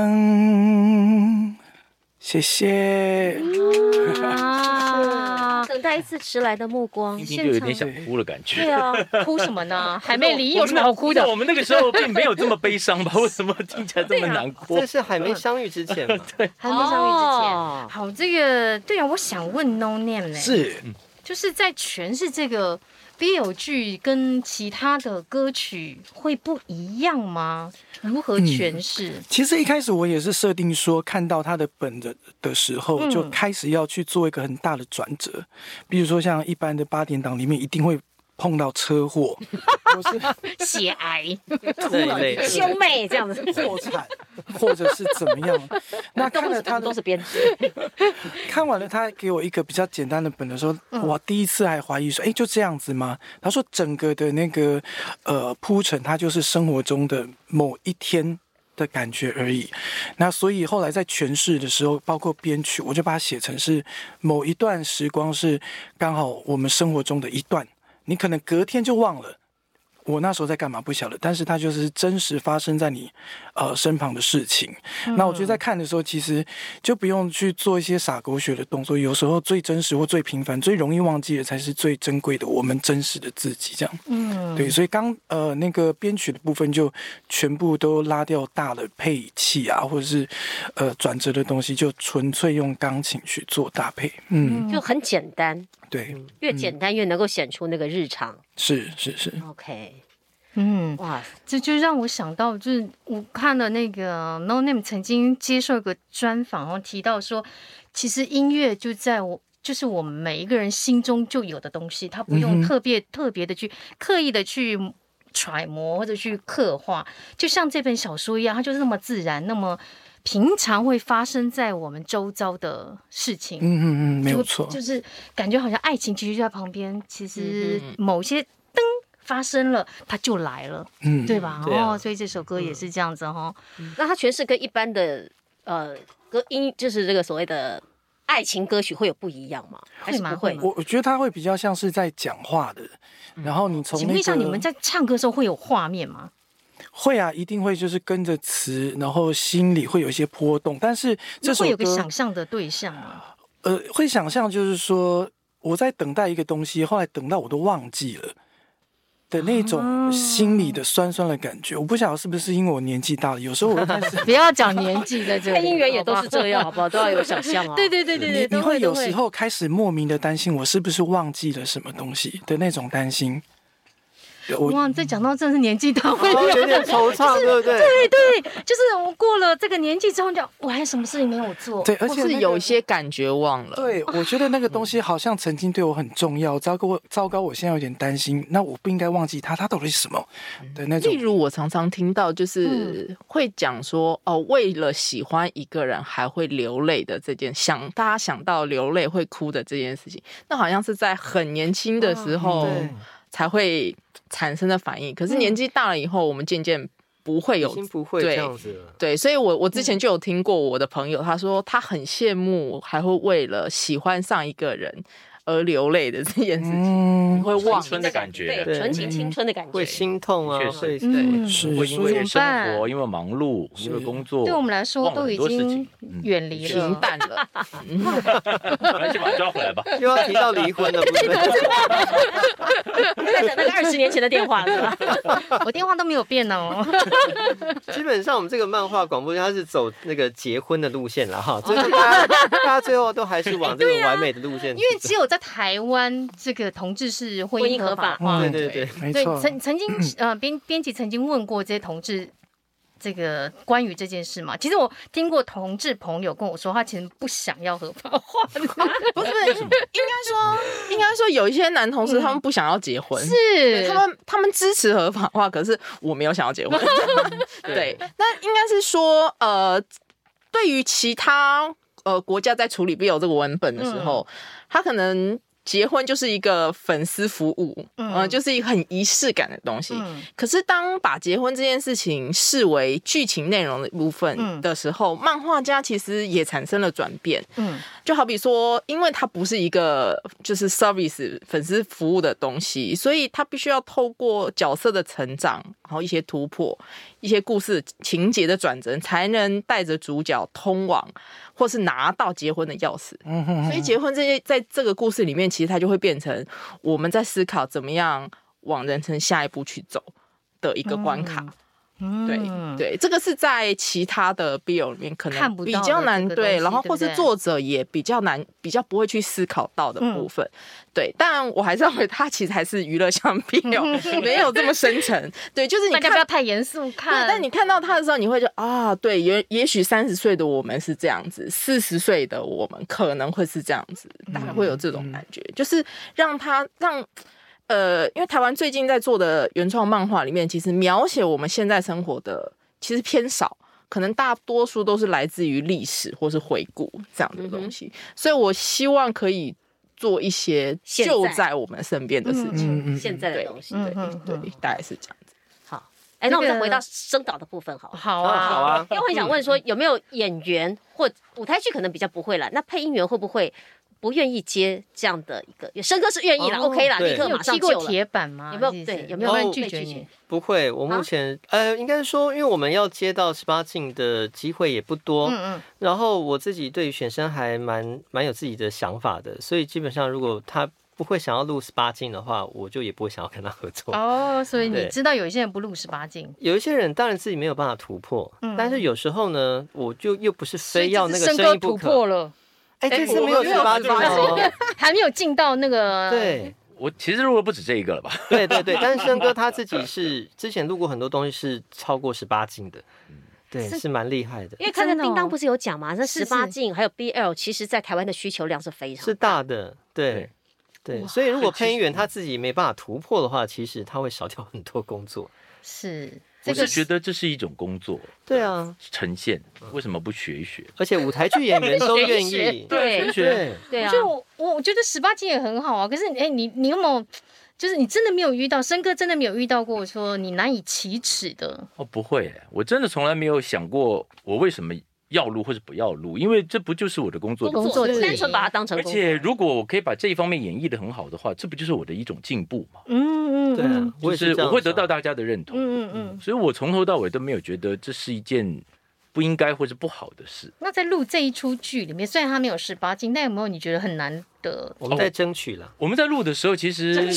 [SPEAKER 5] 光。谢谢。
[SPEAKER 7] 啊，
[SPEAKER 8] 等待一次迟来的目光
[SPEAKER 4] 听，听就有点想哭了感
[SPEAKER 8] 对
[SPEAKER 4] 觉。
[SPEAKER 8] 啊，
[SPEAKER 7] 哭什么 呢？还没离，
[SPEAKER 4] 我
[SPEAKER 7] 有
[SPEAKER 4] 们
[SPEAKER 7] 什
[SPEAKER 4] 那
[SPEAKER 7] 么好哭的
[SPEAKER 4] 我？们那个时候并没有这么悲伤吧？为什么听起来
[SPEAKER 7] 啊
[SPEAKER 4] 这么难过
[SPEAKER 3] 这？是还没相遇之前 嘛？
[SPEAKER 8] 还没相遇之前，
[SPEAKER 7] 哦好，这个对啊，我想问 No Name 呢，
[SPEAKER 5] 是
[SPEAKER 7] 就是在诠释这个 BL 剧跟其他的歌曲会不一样吗？如何诠释？
[SPEAKER 5] 其实一开始我也是设定说，看到他的本的的时候，
[SPEAKER 7] 嗯
[SPEAKER 5] 就开始要去做一个很大的转折，比如说像一般的八点档里面一定会碰到车祸，或是
[SPEAKER 7] 血癌，
[SPEAKER 3] 这一类的
[SPEAKER 8] 兄妹这样子，
[SPEAKER 5] 破产，或者是怎么样。那看了他
[SPEAKER 8] 都
[SPEAKER 5] 的
[SPEAKER 8] 是编辑，
[SPEAKER 5] 看完了他给我一个比较简单的本的时候，我第一次还怀疑说，哎，就这样子吗？他说整个的那个呃铺陈，它就是生活中的某一天。的感觉而已，那所以后来在诠释的时候，包括编曲，我就把它写成是某一段时光是刚好我们生活中的一段，你可能隔天就忘了，我那时候在干嘛不晓得，但是它就是真实发生在你呃身旁的事情。那我觉得
[SPEAKER 7] 嗯
[SPEAKER 5] 在看的时候，其实就不用去做一些傻狗血的动作，有时候最真实或最平凡、最容易忘记的，才是最珍贵的我们真实的自己。这样，
[SPEAKER 7] 嗯，
[SPEAKER 5] 对，所以刚呃那个编曲的部分就全部都拉掉大的配器啊，或者是呃转折的东西，就纯粹用钢琴去做搭配。嗯，
[SPEAKER 8] 就很简单，
[SPEAKER 5] 对，
[SPEAKER 8] 越
[SPEAKER 3] 嗯
[SPEAKER 8] 简单越能够显出那个日常。
[SPEAKER 5] 是是是，
[SPEAKER 8] OK，
[SPEAKER 7] 嗯，
[SPEAKER 8] 哇，
[SPEAKER 7] 这就让我想到，就是我看了那个 No Name 曾经接受一个专访，然后提到说，其实音乐就在我。就是我们每一个人心中就有的东西，他不
[SPEAKER 5] 嗯
[SPEAKER 7] 用
[SPEAKER 5] 哼
[SPEAKER 7] 特别、特别的去刻意的去揣摩或者去刻画，就像这本小说一样，它就是那么自然，那么平常会发生在我们周遭的事情。
[SPEAKER 5] 嗯嗯嗯，没有
[SPEAKER 7] 就
[SPEAKER 5] 错，
[SPEAKER 7] 就是感觉好像爱情其实就在旁边，其实某些灯发生了，它就来了，
[SPEAKER 5] 嗯，
[SPEAKER 7] 对吧？
[SPEAKER 3] 对啊
[SPEAKER 7] 哦，所以这首歌也是这样子哈、哦。
[SPEAKER 8] 那它诠释跟一般的呃歌音，就是这个所谓的爱情歌曲会有不一样吗？还是
[SPEAKER 7] 会吗
[SPEAKER 8] 不会
[SPEAKER 7] 会？吗
[SPEAKER 5] 我我觉得他会比较像是在讲话的，然后你从
[SPEAKER 7] 请
[SPEAKER 5] 那
[SPEAKER 7] 问
[SPEAKER 5] 个
[SPEAKER 7] 一下，你们在唱歌的时候会有画面吗？
[SPEAKER 5] 会啊，一定会就是跟着词，然后心里会有一些波动，但是这首
[SPEAKER 7] 会有个
[SPEAKER 5] 歌
[SPEAKER 7] 想象的对象吗？
[SPEAKER 5] 呃会想象就是说我在等待一个东西，后来等到我都忘记了。的那
[SPEAKER 7] 啊
[SPEAKER 5] 种心里的酸酸的感觉，我不晓得是不是因为我年纪大了，有时候我会开 始
[SPEAKER 7] 不要讲年纪在 这里，
[SPEAKER 8] 配音员也都
[SPEAKER 7] 好
[SPEAKER 8] 是
[SPEAKER 7] 吧
[SPEAKER 8] 这样，好不好？都要有想 象啊。
[SPEAKER 7] 对对对对对，
[SPEAKER 5] 你
[SPEAKER 7] 都
[SPEAKER 5] 你会有
[SPEAKER 7] 都
[SPEAKER 5] 时候开始莫名的担心，我是不是忘记了什么东西的那种担心。对我
[SPEAKER 7] 哇，这讲到真是年纪大会
[SPEAKER 3] 哦，
[SPEAKER 7] 有
[SPEAKER 3] 有点惆怅，对不对？
[SPEAKER 7] 对 对，就是我过了这个年纪之后，你就我还有什么事情没有做？
[SPEAKER 5] 对，而
[SPEAKER 6] 或
[SPEAKER 5] 且、
[SPEAKER 6] 是有一。些感觉忘了。
[SPEAKER 5] 对，我觉得那个东西好像曾经对我很重要，糟糕，糟糕，我现在有点担心，那我不应该忘记它，它到底是什么的那种
[SPEAKER 6] 例。如，我常常听到就是会讲说，哦，为了喜欢一个人还会流泪的这件，想大家想到流泪会哭的这件事情，那好像是在很年轻的时候
[SPEAKER 3] 嗯对
[SPEAKER 6] 才会产生的反应。可是年纪大了以后，我们渐渐不会
[SPEAKER 3] 已
[SPEAKER 6] 有
[SPEAKER 3] 经不会这
[SPEAKER 6] 对
[SPEAKER 3] 样子了。
[SPEAKER 6] 对，所以我我之前就有听过我的朋友，他说他很羡慕还会为了喜欢上一个人而流泪的这件事情，
[SPEAKER 5] 嗯
[SPEAKER 6] 你，会忘
[SPEAKER 4] 青春的感觉
[SPEAKER 8] 对，
[SPEAKER 3] 对
[SPEAKER 8] 纯情青春的感觉
[SPEAKER 3] 会。心痛啊，
[SPEAKER 4] 确实
[SPEAKER 3] 会
[SPEAKER 7] 嗯，
[SPEAKER 5] 是
[SPEAKER 4] 会因为
[SPEAKER 7] 怎么
[SPEAKER 4] 生
[SPEAKER 7] 办
[SPEAKER 4] 活，因为忙碌，因为工作，
[SPEAKER 7] 对我们来说
[SPEAKER 4] 忘了
[SPEAKER 7] 都
[SPEAKER 4] 很
[SPEAKER 7] 已
[SPEAKER 4] 多事
[SPEAKER 7] 经
[SPEAKER 4] 情嗯
[SPEAKER 7] 远离
[SPEAKER 6] 平
[SPEAKER 7] 了。
[SPEAKER 6] 淡了。
[SPEAKER 4] 我们先把它抓回来吧。
[SPEAKER 3] 又要提到离婚了，对不对？
[SPEAKER 8] 在等那个二十年前的电话了是吧，
[SPEAKER 7] 我电话都没有变哦。
[SPEAKER 3] 基本上我们这个漫画广播剧它是走那个结婚的路线了哈，最后大家大家最后都还是往这个完美的路线去
[SPEAKER 7] 因为只有在台湾，这个同志是婚
[SPEAKER 8] 婚
[SPEAKER 7] 姻
[SPEAKER 8] 姻
[SPEAKER 7] 合
[SPEAKER 8] 合
[SPEAKER 7] 法
[SPEAKER 8] 法
[SPEAKER 7] 化。
[SPEAKER 5] 嗯
[SPEAKER 3] 对对对，
[SPEAKER 5] 没
[SPEAKER 7] 对，
[SPEAKER 5] 错，
[SPEAKER 7] 曾曾 经呃，编编辑曾经问过这些同志。这个关于这件事嘛，其实我听过同志朋友跟我说，他其实不想要合法化，
[SPEAKER 6] 不 是，应该说，应该说有一些男同事他们不想要结婚，嗯
[SPEAKER 3] 嗯
[SPEAKER 6] 对
[SPEAKER 7] 是
[SPEAKER 6] 他们他们支持合法化，可是我没有想要结婚。 对，那应该是说，呃，对于其他呃国家在处理 BL 这个文本的时候，他可能。结婚就是一个粉丝服务，
[SPEAKER 7] 嗯
[SPEAKER 6] 嗯、就是一个很仪式感的东西。
[SPEAKER 7] 嗯
[SPEAKER 6] 可是，当把结婚这件事情视为剧情内容的一部
[SPEAKER 7] 嗯
[SPEAKER 6] 分的时候，漫画家其实也产生了转变。
[SPEAKER 7] 嗯，
[SPEAKER 6] 就好比说，因为它不是一个就是 service 粉丝服务的东西，所以它必须要透过角色的成长，然后一些突破、一些故事情节的转折，才能带着主角通往或是拿到结婚的钥匙。
[SPEAKER 5] 嗯哼哼
[SPEAKER 6] 所以结婚这些，在这个故事里面，其实它就会变成我们在思考怎么样往人生下一步去走的一个关卡。
[SPEAKER 7] 嗯
[SPEAKER 6] 对、对，这个是在其他的 BL 里面可
[SPEAKER 7] 看不
[SPEAKER 6] 能
[SPEAKER 7] 到
[SPEAKER 6] 比
[SPEAKER 7] 的
[SPEAKER 6] 较难
[SPEAKER 7] 这个东西
[SPEAKER 6] 然后
[SPEAKER 7] 对不
[SPEAKER 6] 或是
[SPEAKER 7] 对
[SPEAKER 6] 作者也比较难，比较不会去思考到的部分。
[SPEAKER 7] 嗯
[SPEAKER 6] 对，但我还是认为它其实还是娱乐向 BL，没有这么深沉。对，就是你
[SPEAKER 7] 大家不
[SPEAKER 6] 看
[SPEAKER 7] 要。太严肃看。
[SPEAKER 6] 对，但你看到他的时候，你会觉得啊，对，也也许三十岁的我们是这样子，四十岁的我们可能会是这样子，大概会有这种感觉，就是让他让呃，因为台湾最近在做的原创漫画里面，其实描写我们现在生活的其实偏少，可能大多数都是来自于历史或是回顾这样的东西，所以我希望可以做一些
[SPEAKER 8] 现
[SPEAKER 6] 就
[SPEAKER 8] 在
[SPEAKER 6] 在我们身边的事情，
[SPEAKER 5] 嗯嗯，
[SPEAKER 8] 现在的东西。
[SPEAKER 7] 嗯
[SPEAKER 6] 对
[SPEAKER 7] 嗯
[SPEAKER 6] 对
[SPEAKER 7] 嗯，
[SPEAKER 6] 大概是这样子。
[SPEAKER 8] 好，哎，那我们再
[SPEAKER 7] 那个
[SPEAKER 8] 回到生导的部分哦好了。
[SPEAKER 7] 好
[SPEAKER 3] 啊好
[SPEAKER 7] 啊，
[SPEAKER 3] 啊
[SPEAKER 8] 因为我很想问说，有没有演员或舞台剧可能比较不会了，那配音员会不会不愿意接这样的一个？生哥是愿意啦、
[SPEAKER 3] 哦
[SPEAKER 8] o k 啦，
[SPEAKER 3] 对
[SPEAKER 8] 立刻
[SPEAKER 7] 你有
[SPEAKER 8] 马上
[SPEAKER 7] 踢
[SPEAKER 8] 就
[SPEAKER 7] 过
[SPEAKER 8] 了。
[SPEAKER 7] 铁板吗？
[SPEAKER 8] 有没有
[SPEAKER 7] 其实
[SPEAKER 8] 对有
[SPEAKER 7] 没
[SPEAKER 8] 没有
[SPEAKER 7] 有
[SPEAKER 8] 被
[SPEAKER 7] 人拒
[SPEAKER 8] 拒
[SPEAKER 7] 绝
[SPEAKER 8] 绝
[SPEAKER 7] 你？
[SPEAKER 3] 不会，我目前、呃，应该说，因为我们要接到十八禁的机会也不多，
[SPEAKER 7] 嗯
[SPEAKER 3] 然后我自己对于选生还蛮蛮有自己的想法的，所以基本上如果他不会想要录十八禁的话，我就也不会想要跟他合作。
[SPEAKER 7] 嗯，哦，所以你
[SPEAKER 3] 对
[SPEAKER 7] 知道有一些人不录十八禁，
[SPEAKER 3] 有一些人当然自己没有办法突破，但是有时候呢，我就又不是
[SPEAKER 7] 所以
[SPEAKER 3] 非要那
[SPEAKER 7] 这
[SPEAKER 3] 个
[SPEAKER 7] 次
[SPEAKER 3] 生意
[SPEAKER 7] 生哥
[SPEAKER 3] 不
[SPEAKER 7] 突
[SPEAKER 3] 可
[SPEAKER 7] 破。了，
[SPEAKER 3] 哎，
[SPEAKER 6] 哎
[SPEAKER 3] 这次
[SPEAKER 6] 我
[SPEAKER 3] 没有
[SPEAKER 6] 没
[SPEAKER 3] 十
[SPEAKER 6] 有
[SPEAKER 3] 八禁哦。
[SPEAKER 7] 还没有进到那个
[SPEAKER 3] 对
[SPEAKER 4] 我其实录的不止这一个了吧？
[SPEAKER 3] 对对对，但是 生哥他自己是之前录过很多东西是超过十八禁的，对，是蛮厉害的，
[SPEAKER 8] 因为看
[SPEAKER 7] 真
[SPEAKER 8] 那
[SPEAKER 7] 的哦
[SPEAKER 8] 叮当不是有讲嘛，那
[SPEAKER 7] 是
[SPEAKER 8] 十八禁还有 BL，其实在台湾的需求量是非常
[SPEAKER 3] 是大的，对。对，所以如果配音员他自己没办法突破的话，其实他会少掉很多工作。
[SPEAKER 7] 是
[SPEAKER 4] 我
[SPEAKER 7] 这
[SPEAKER 4] 是
[SPEAKER 7] 个
[SPEAKER 4] 觉得这是一种工作
[SPEAKER 3] 对啊，
[SPEAKER 4] 呈现，为什么不学一学？
[SPEAKER 3] 而且舞台剧演员都愿
[SPEAKER 7] 学一
[SPEAKER 3] 意
[SPEAKER 7] 学。对
[SPEAKER 4] 学一学，
[SPEAKER 3] 对，
[SPEAKER 8] 对啊，
[SPEAKER 7] 就我我我觉得十八禁也很好啊，可是哎、你你有没有，就是你真的没有遇到，森哥真的没有遇到过说你难以启齿的，
[SPEAKER 4] 哦，不会，我真的从来没有想过我为什么要录或者不要录，因为这不就是我的工作的
[SPEAKER 7] 工
[SPEAKER 4] 一部
[SPEAKER 7] 作
[SPEAKER 4] 分
[SPEAKER 7] 之
[SPEAKER 8] 单纯把它当成
[SPEAKER 4] 而
[SPEAKER 8] 工
[SPEAKER 4] 且如果我可以把这一方面演绎的很好的话，这不就是我的一种进步嘛？
[SPEAKER 7] 嗯嗯
[SPEAKER 3] 对啊
[SPEAKER 7] 嗯，
[SPEAKER 3] 我也
[SPEAKER 4] 就是
[SPEAKER 3] 这样
[SPEAKER 4] 我会得
[SPEAKER 3] 想
[SPEAKER 4] 到大家的认同，
[SPEAKER 7] 嗯嗯嗯。
[SPEAKER 4] 所以我从头到尾都没有觉得这是一件不应该或者不好的事。
[SPEAKER 7] 那在录这一出剧里面，虽然他没有十八禁，但有没有你觉得很难的？
[SPEAKER 3] 我们在争取了。
[SPEAKER 4] 我们在录的时候，其实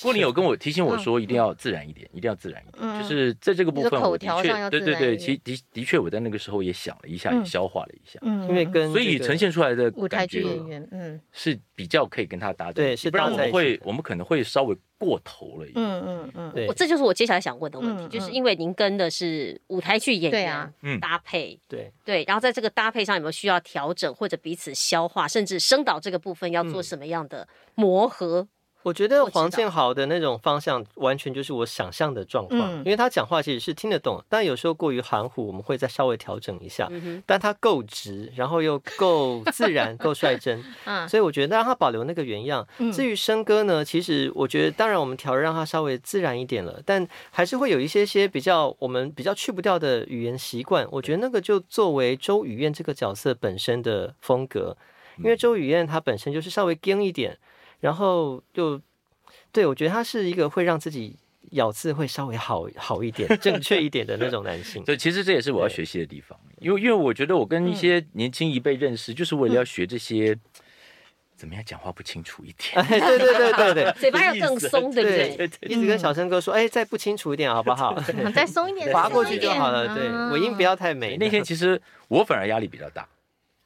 [SPEAKER 4] 郭林有跟我提醒我说，一定要自然一点，一定要自然一点。
[SPEAKER 7] 嗯
[SPEAKER 4] 就是在这个部
[SPEAKER 7] 你
[SPEAKER 4] 分，
[SPEAKER 7] 说口
[SPEAKER 4] 我的
[SPEAKER 7] 条上
[SPEAKER 4] 确
[SPEAKER 7] 要
[SPEAKER 4] 对
[SPEAKER 7] 自
[SPEAKER 4] 对
[SPEAKER 7] 然
[SPEAKER 4] 对，
[SPEAKER 7] 一
[SPEAKER 4] 其的的确，我在那个时候也想了一下，也
[SPEAKER 7] 嗯
[SPEAKER 4] 消化了一下，
[SPEAKER 7] 嗯，
[SPEAKER 3] 因为跟
[SPEAKER 4] 所以
[SPEAKER 3] 这个
[SPEAKER 4] 呈现出来的
[SPEAKER 7] 舞台
[SPEAKER 4] 感
[SPEAKER 7] 剧
[SPEAKER 4] 觉
[SPEAKER 7] 演员，嗯
[SPEAKER 4] 是比较可以跟他搭档，
[SPEAKER 3] 对是
[SPEAKER 4] 不然
[SPEAKER 3] 搭
[SPEAKER 4] 我
[SPEAKER 3] 在
[SPEAKER 4] 们
[SPEAKER 3] 一起
[SPEAKER 4] 会
[SPEAKER 3] 的
[SPEAKER 4] 我们可能会稍微过头了一点。
[SPEAKER 7] 嗯嗯嗯，
[SPEAKER 3] 对
[SPEAKER 8] 我这就是我接下来想问的问题，
[SPEAKER 7] 嗯
[SPEAKER 8] 就是
[SPEAKER 7] 嗯
[SPEAKER 8] 因为您跟的是舞台剧演
[SPEAKER 7] 对
[SPEAKER 8] 员
[SPEAKER 7] 啊
[SPEAKER 4] 嗯
[SPEAKER 8] 搭配，
[SPEAKER 3] 对
[SPEAKER 8] 对，然后在这个搭配上有没有需要调整或者彼此消化，甚至声导这个部分要
[SPEAKER 7] 嗯
[SPEAKER 8] 做什么样的磨合？
[SPEAKER 3] 我觉得
[SPEAKER 8] 我知
[SPEAKER 3] 黄
[SPEAKER 8] 道
[SPEAKER 3] 建豪的那种方向，完全就是我想象的状况，
[SPEAKER 7] 嗯
[SPEAKER 3] 因为他讲话其实是听得懂，但有时候过于含糊，我们会再稍微调整一下。
[SPEAKER 8] 嗯哼，
[SPEAKER 3] 但他够直，然后又够自 然、够率真，
[SPEAKER 7] 嗯
[SPEAKER 3] 所以我觉得让他保留那个原样。
[SPEAKER 7] 嗯
[SPEAKER 3] 至于生哥呢，其实我觉得，当然我们调让他稍微自然一点了，但还是会有一些些比较我们比较去不掉的语言习惯。我觉得那个就作为周雨燕这个角色本身的风格，因
[SPEAKER 4] 嗯
[SPEAKER 3] 为周雨燕她本身就是稍微硬一点，然后就对我觉得他是一个会让自己咬字会稍微好好一点、正确一点的那种男性。
[SPEAKER 4] 所以其实这也是我要
[SPEAKER 3] 对
[SPEAKER 4] 学习的地方，
[SPEAKER 7] 嗯
[SPEAKER 4] 因为因为我觉得我跟一些年轻一辈认识，就是为了
[SPEAKER 7] 嗯
[SPEAKER 4] 要学这些怎么样讲话不清楚一点。
[SPEAKER 3] 哎， 对对对对对。
[SPEAKER 8] 嘴巴要更松，对不对？
[SPEAKER 4] 啊对对
[SPEAKER 3] 一直跟小生哥说，哎，再不清楚一点好不 好？
[SPEAKER 7] 嗯再松一点，
[SPEAKER 3] 划
[SPEAKER 7] 再
[SPEAKER 3] 过
[SPEAKER 7] 松
[SPEAKER 3] 去
[SPEAKER 7] 一
[SPEAKER 3] 就
[SPEAKER 7] 点
[SPEAKER 3] 好了。对，尾音不。
[SPEAKER 7] 啊
[SPEAKER 3] 要太美。
[SPEAKER 4] 那天其实我反而压力比较大，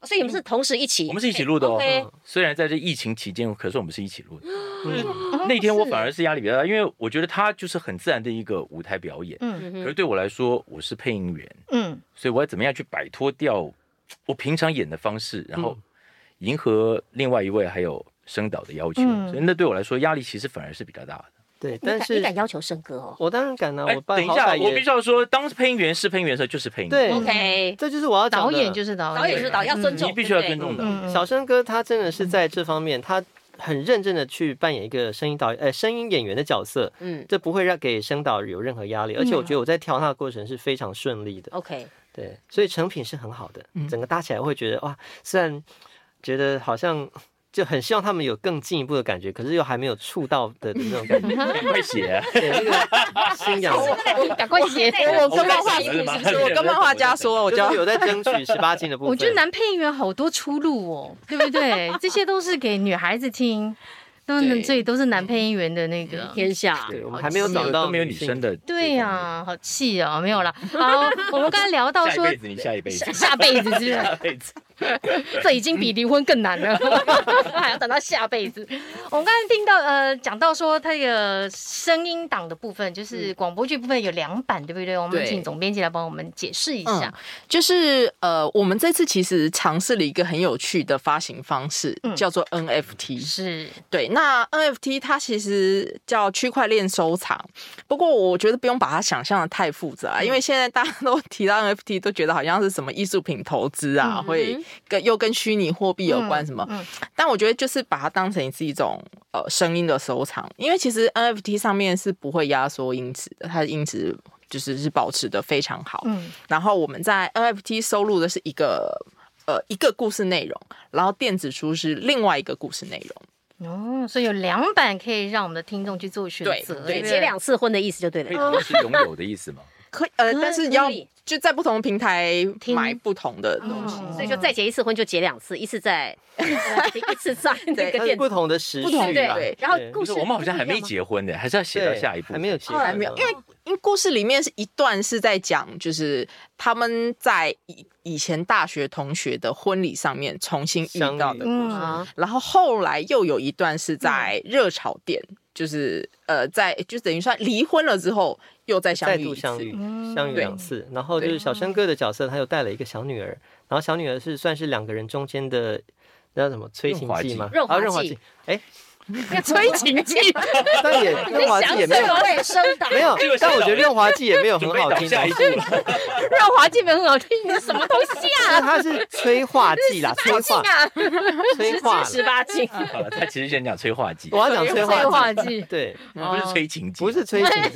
[SPEAKER 8] 所以你们是同时一起，
[SPEAKER 4] 我们是一起录的哦
[SPEAKER 8] 哎 OK，
[SPEAKER 4] 嗯虽然在这疫情期间，可是我们是一起录的。
[SPEAKER 7] 哦
[SPEAKER 4] 那天我反
[SPEAKER 7] 是
[SPEAKER 4] 而是压力比较大，因为我觉得他就是很自然的一个舞台表演，
[SPEAKER 7] 嗯
[SPEAKER 4] 可是对我来说，我是配音员，
[SPEAKER 7] 嗯
[SPEAKER 4] 所以我要怎么样去摆脱掉我平常演的方式，然
[SPEAKER 3] 嗯
[SPEAKER 4] 后迎合另外一位还有声导的要求，
[SPEAKER 7] 嗯
[SPEAKER 4] 所以那对我来说压力其实反而是比较大的。
[SPEAKER 3] 对，
[SPEAKER 8] 你敢
[SPEAKER 3] 但是
[SPEAKER 8] 你敢要求生哥哦
[SPEAKER 3] 我当然敢啊，
[SPEAKER 4] 哎
[SPEAKER 3] 我爸
[SPEAKER 4] 等一
[SPEAKER 3] 好
[SPEAKER 4] 下，
[SPEAKER 3] 歹
[SPEAKER 4] 我必须
[SPEAKER 3] 也
[SPEAKER 4] 要说，当配音员是配音员的时候就是配音员，
[SPEAKER 3] 对，
[SPEAKER 8] ？OK，
[SPEAKER 3] 这就是我要讲
[SPEAKER 7] 导
[SPEAKER 3] 的
[SPEAKER 7] 演就是导演，
[SPEAKER 8] 导演是导演，要尊重，
[SPEAKER 4] 你必须要
[SPEAKER 8] 对
[SPEAKER 4] 尊
[SPEAKER 8] 不对
[SPEAKER 4] 重的。
[SPEAKER 7] 嗯，嗯嗯
[SPEAKER 3] 小生哥，他真的是在这方面，他很认真的去扮演一个声音导演，呃，声音演员的角色，
[SPEAKER 8] 嗯
[SPEAKER 3] 这不会让给声导有任何压
[SPEAKER 7] 嗯
[SPEAKER 3] 力，而且我觉得我在调他的过程是非常顺利的。
[SPEAKER 8] ，OK，
[SPEAKER 3] 对，所以成品是很好的，
[SPEAKER 5] 嗯
[SPEAKER 3] 整个搭起来会觉得哇，虽然觉得好像就很希望他们有更进一步的感觉，可是又还没有触到的那种感 觉，
[SPEAKER 4] 赶快写，啊
[SPEAKER 3] 对，那个心痒痒。
[SPEAKER 7] 赶快写。
[SPEAKER 6] 我跟漫画，
[SPEAKER 4] 我跟漫画
[SPEAKER 6] 我跟漫画 家说，我就
[SPEAKER 3] 就是有在争取十八禁的部分。
[SPEAKER 7] 我觉得男配音员好多出路哦，对不对？这些都是给女孩子听，都
[SPEAKER 6] 对
[SPEAKER 7] 这里都是男配音员的那个。
[SPEAKER 8] 天
[SPEAKER 4] 嗯
[SPEAKER 8] 下
[SPEAKER 3] 对我们还没有找到
[SPEAKER 4] 都没有女生的。
[SPEAKER 7] 对呀、好气哦，没有啦。好，我们刚才聊到
[SPEAKER 4] 下一
[SPEAKER 7] 说
[SPEAKER 4] 辈子，你下一 辈子
[SPEAKER 7] 下，下辈子是不是？
[SPEAKER 4] 下辈子。
[SPEAKER 7] 这已经比离婚更难了， 还要等到下辈子。我们刚才听到呃，讲到说它个声音档的部分，就是广播剧部分有两版，对不对？我们
[SPEAKER 6] 对
[SPEAKER 7] 请总编辑来帮我们解释一下。
[SPEAKER 6] 就是呃，我们这次其实尝试了一个很有趣的发行方式，
[SPEAKER 7] 嗯
[SPEAKER 6] 叫做 NFT。
[SPEAKER 7] 是，
[SPEAKER 6] 对，那 NFT 它其实叫区块链收藏，不过我觉得不用把它想象的太复杂，
[SPEAKER 7] 嗯
[SPEAKER 6] 因为现在大家都 提到 NFT，都觉得好像是什么艺术品投资啊，会跟又跟虚拟货币有关什么。
[SPEAKER 7] 嗯嗯嗯
[SPEAKER 6] 但我觉得就是把它当成是一种呃声音的收藏，因为其实 NFT 上面是不会压缩音质的，它的音质就是是保持的非常好。
[SPEAKER 7] 嗯
[SPEAKER 6] 然后我们在 NFT 收录的是一个呃一个故事内容，然后电子书是另外一个故事内容。
[SPEAKER 7] 哦，所以有两版可以让我们的听众去做选择，
[SPEAKER 6] 对
[SPEAKER 7] 对不
[SPEAKER 8] 结两次婚的意思就对
[SPEAKER 4] 可以
[SPEAKER 8] 了。
[SPEAKER 4] 同时拥有的意思吗？
[SPEAKER 6] 可以呃，
[SPEAKER 8] 可
[SPEAKER 6] 但是
[SPEAKER 8] 可
[SPEAKER 6] 要
[SPEAKER 8] 以
[SPEAKER 6] 就在不同平台
[SPEAKER 7] 听嗯
[SPEAKER 6] 买不同的东
[SPEAKER 7] 哦
[SPEAKER 6] 西。
[SPEAKER 8] 所以就再结一次婚就结两次，一次在，一次在那个
[SPEAKER 3] 它是
[SPEAKER 8] 电
[SPEAKER 3] 不同的时
[SPEAKER 6] 不
[SPEAKER 3] 序
[SPEAKER 6] 同
[SPEAKER 3] 啊，
[SPEAKER 6] 对
[SPEAKER 8] 然后
[SPEAKER 3] 对
[SPEAKER 8] 故
[SPEAKER 4] 不
[SPEAKER 8] 事
[SPEAKER 4] 是，我们好像还没
[SPEAKER 8] 不一样吗
[SPEAKER 4] 结婚呢，还是要写到
[SPEAKER 3] 对
[SPEAKER 4] 下一步。
[SPEAKER 3] 还没有结束，
[SPEAKER 8] 哦还
[SPEAKER 6] 没有，因为因为故事里面是一段是在讲，就是他们在以以前大学同学的婚礼上面重新遇到的
[SPEAKER 7] 嗯
[SPEAKER 8] 啊，
[SPEAKER 6] 然后后来又有一段是在热炒店，就是呃，在就等于算离婚了之后又再相
[SPEAKER 3] 再
[SPEAKER 6] 遇
[SPEAKER 3] 度
[SPEAKER 6] 一次。
[SPEAKER 3] 相遇
[SPEAKER 7] 嗯，
[SPEAKER 3] 相遇
[SPEAKER 6] 对
[SPEAKER 3] 两次。然后就是小生哥的角色，他又带了一个小女儿，然后小女儿是算是两个人中间的。那叫什么催情
[SPEAKER 4] 润滑
[SPEAKER 3] 剂吗
[SPEAKER 8] 剂？润滑
[SPEAKER 3] 啊润滑
[SPEAKER 8] 剂
[SPEAKER 3] 剂。哎，
[SPEAKER 7] 那个催情剂，
[SPEAKER 3] 但也润滑剂也没有
[SPEAKER 8] 卫生 的，
[SPEAKER 3] 没有
[SPEAKER 4] 这个，
[SPEAKER 3] 但我觉得润滑剂也没有很
[SPEAKER 4] 准备
[SPEAKER 3] 好
[SPEAKER 4] 倒
[SPEAKER 3] 听啊
[SPEAKER 4] 下
[SPEAKER 3] 的
[SPEAKER 4] 一，步了。
[SPEAKER 7] 让滑稽没很好听，你是什么东西
[SPEAKER 3] 但它是催化剂啦，催化
[SPEAKER 7] 啊？
[SPEAKER 3] 催化啦，
[SPEAKER 8] 十八禁，
[SPEAKER 4] 好了，他其实想讲催化剂，
[SPEAKER 3] 我要讲催
[SPEAKER 7] 催
[SPEAKER 3] 化
[SPEAKER 7] 化
[SPEAKER 3] 剂，
[SPEAKER 7] 剂，
[SPEAKER 3] 对，
[SPEAKER 4] 不是催情剂，
[SPEAKER 3] 不是催情剂，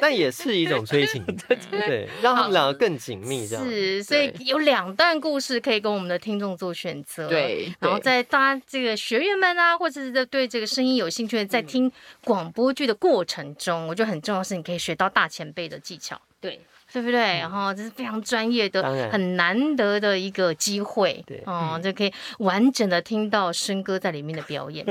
[SPEAKER 3] 但也是一种催情，对，让他们两个更紧密 这样。
[SPEAKER 7] 是，所以有两段故事可以跟我们的听众做选择。。
[SPEAKER 6] 对，
[SPEAKER 7] 嗯然后
[SPEAKER 6] 对
[SPEAKER 7] 在大家这个学员们啊，或者是对这个声音有兴趣的，
[SPEAKER 3] 嗯
[SPEAKER 7] 在听广播剧的过程中，我觉得很重要的是，你可以学到大前辈的技巧，
[SPEAKER 8] 对，
[SPEAKER 7] 对不对？然后这是非常专业
[SPEAKER 3] 嗯当
[SPEAKER 7] 的、
[SPEAKER 3] 然
[SPEAKER 7] 很难得的一个机会，
[SPEAKER 3] 对嗯
[SPEAKER 7] 哦，就可以完整的听到申哥在里面的表演。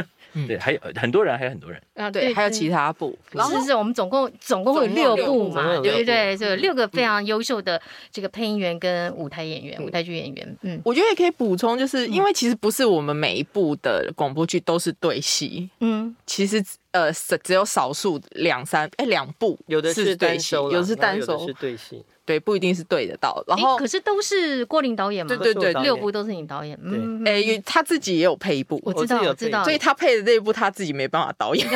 [SPEAKER 4] 对，还有很多人，还有很多人，
[SPEAKER 7] 啊，
[SPEAKER 6] 对，还有其他部，然后
[SPEAKER 7] 是是，我们总共总共会
[SPEAKER 6] 总共有
[SPEAKER 7] 有六
[SPEAKER 6] 六
[SPEAKER 7] 部
[SPEAKER 3] 总共
[SPEAKER 6] 部
[SPEAKER 7] 嘛，
[SPEAKER 3] 有
[SPEAKER 7] 对不
[SPEAKER 3] 六
[SPEAKER 7] 对？就有六个非常优秀的这个配音员跟舞台演员、舞台剧演员，嗯
[SPEAKER 6] 我觉得也可以补充，就是因为其实不是我们每一部的广播剧都是对戏，
[SPEAKER 7] 嗯，
[SPEAKER 6] 其实呃只只有少数两三哎两部
[SPEAKER 3] 有的
[SPEAKER 6] 是
[SPEAKER 3] 单
[SPEAKER 6] 对戏，
[SPEAKER 3] 收啦，
[SPEAKER 6] 有的是
[SPEAKER 3] 然后
[SPEAKER 6] 单
[SPEAKER 3] 有的
[SPEAKER 6] 收
[SPEAKER 3] 是，对戏，
[SPEAKER 6] 对，不一定是对得到。然
[SPEAKER 7] 诶
[SPEAKER 6] 后
[SPEAKER 7] 可是都是郭林导演嘛，
[SPEAKER 6] 对对对
[SPEAKER 3] 导演
[SPEAKER 7] 六部都是你导演，嗯，
[SPEAKER 6] 哎、有他自己也有配一部，
[SPEAKER 7] 我
[SPEAKER 3] 我自
[SPEAKER 7] 知
[SPEAKER 3] 己
[SPEAKER 7] 道，
[SPEAKER 3] 有
[SPEAKER 7] 我知
[SPEAKER 3] 配
[SPEAKER 7] 道，
[SPEAKER 6] 所以他配的这一部他自己没办法导演。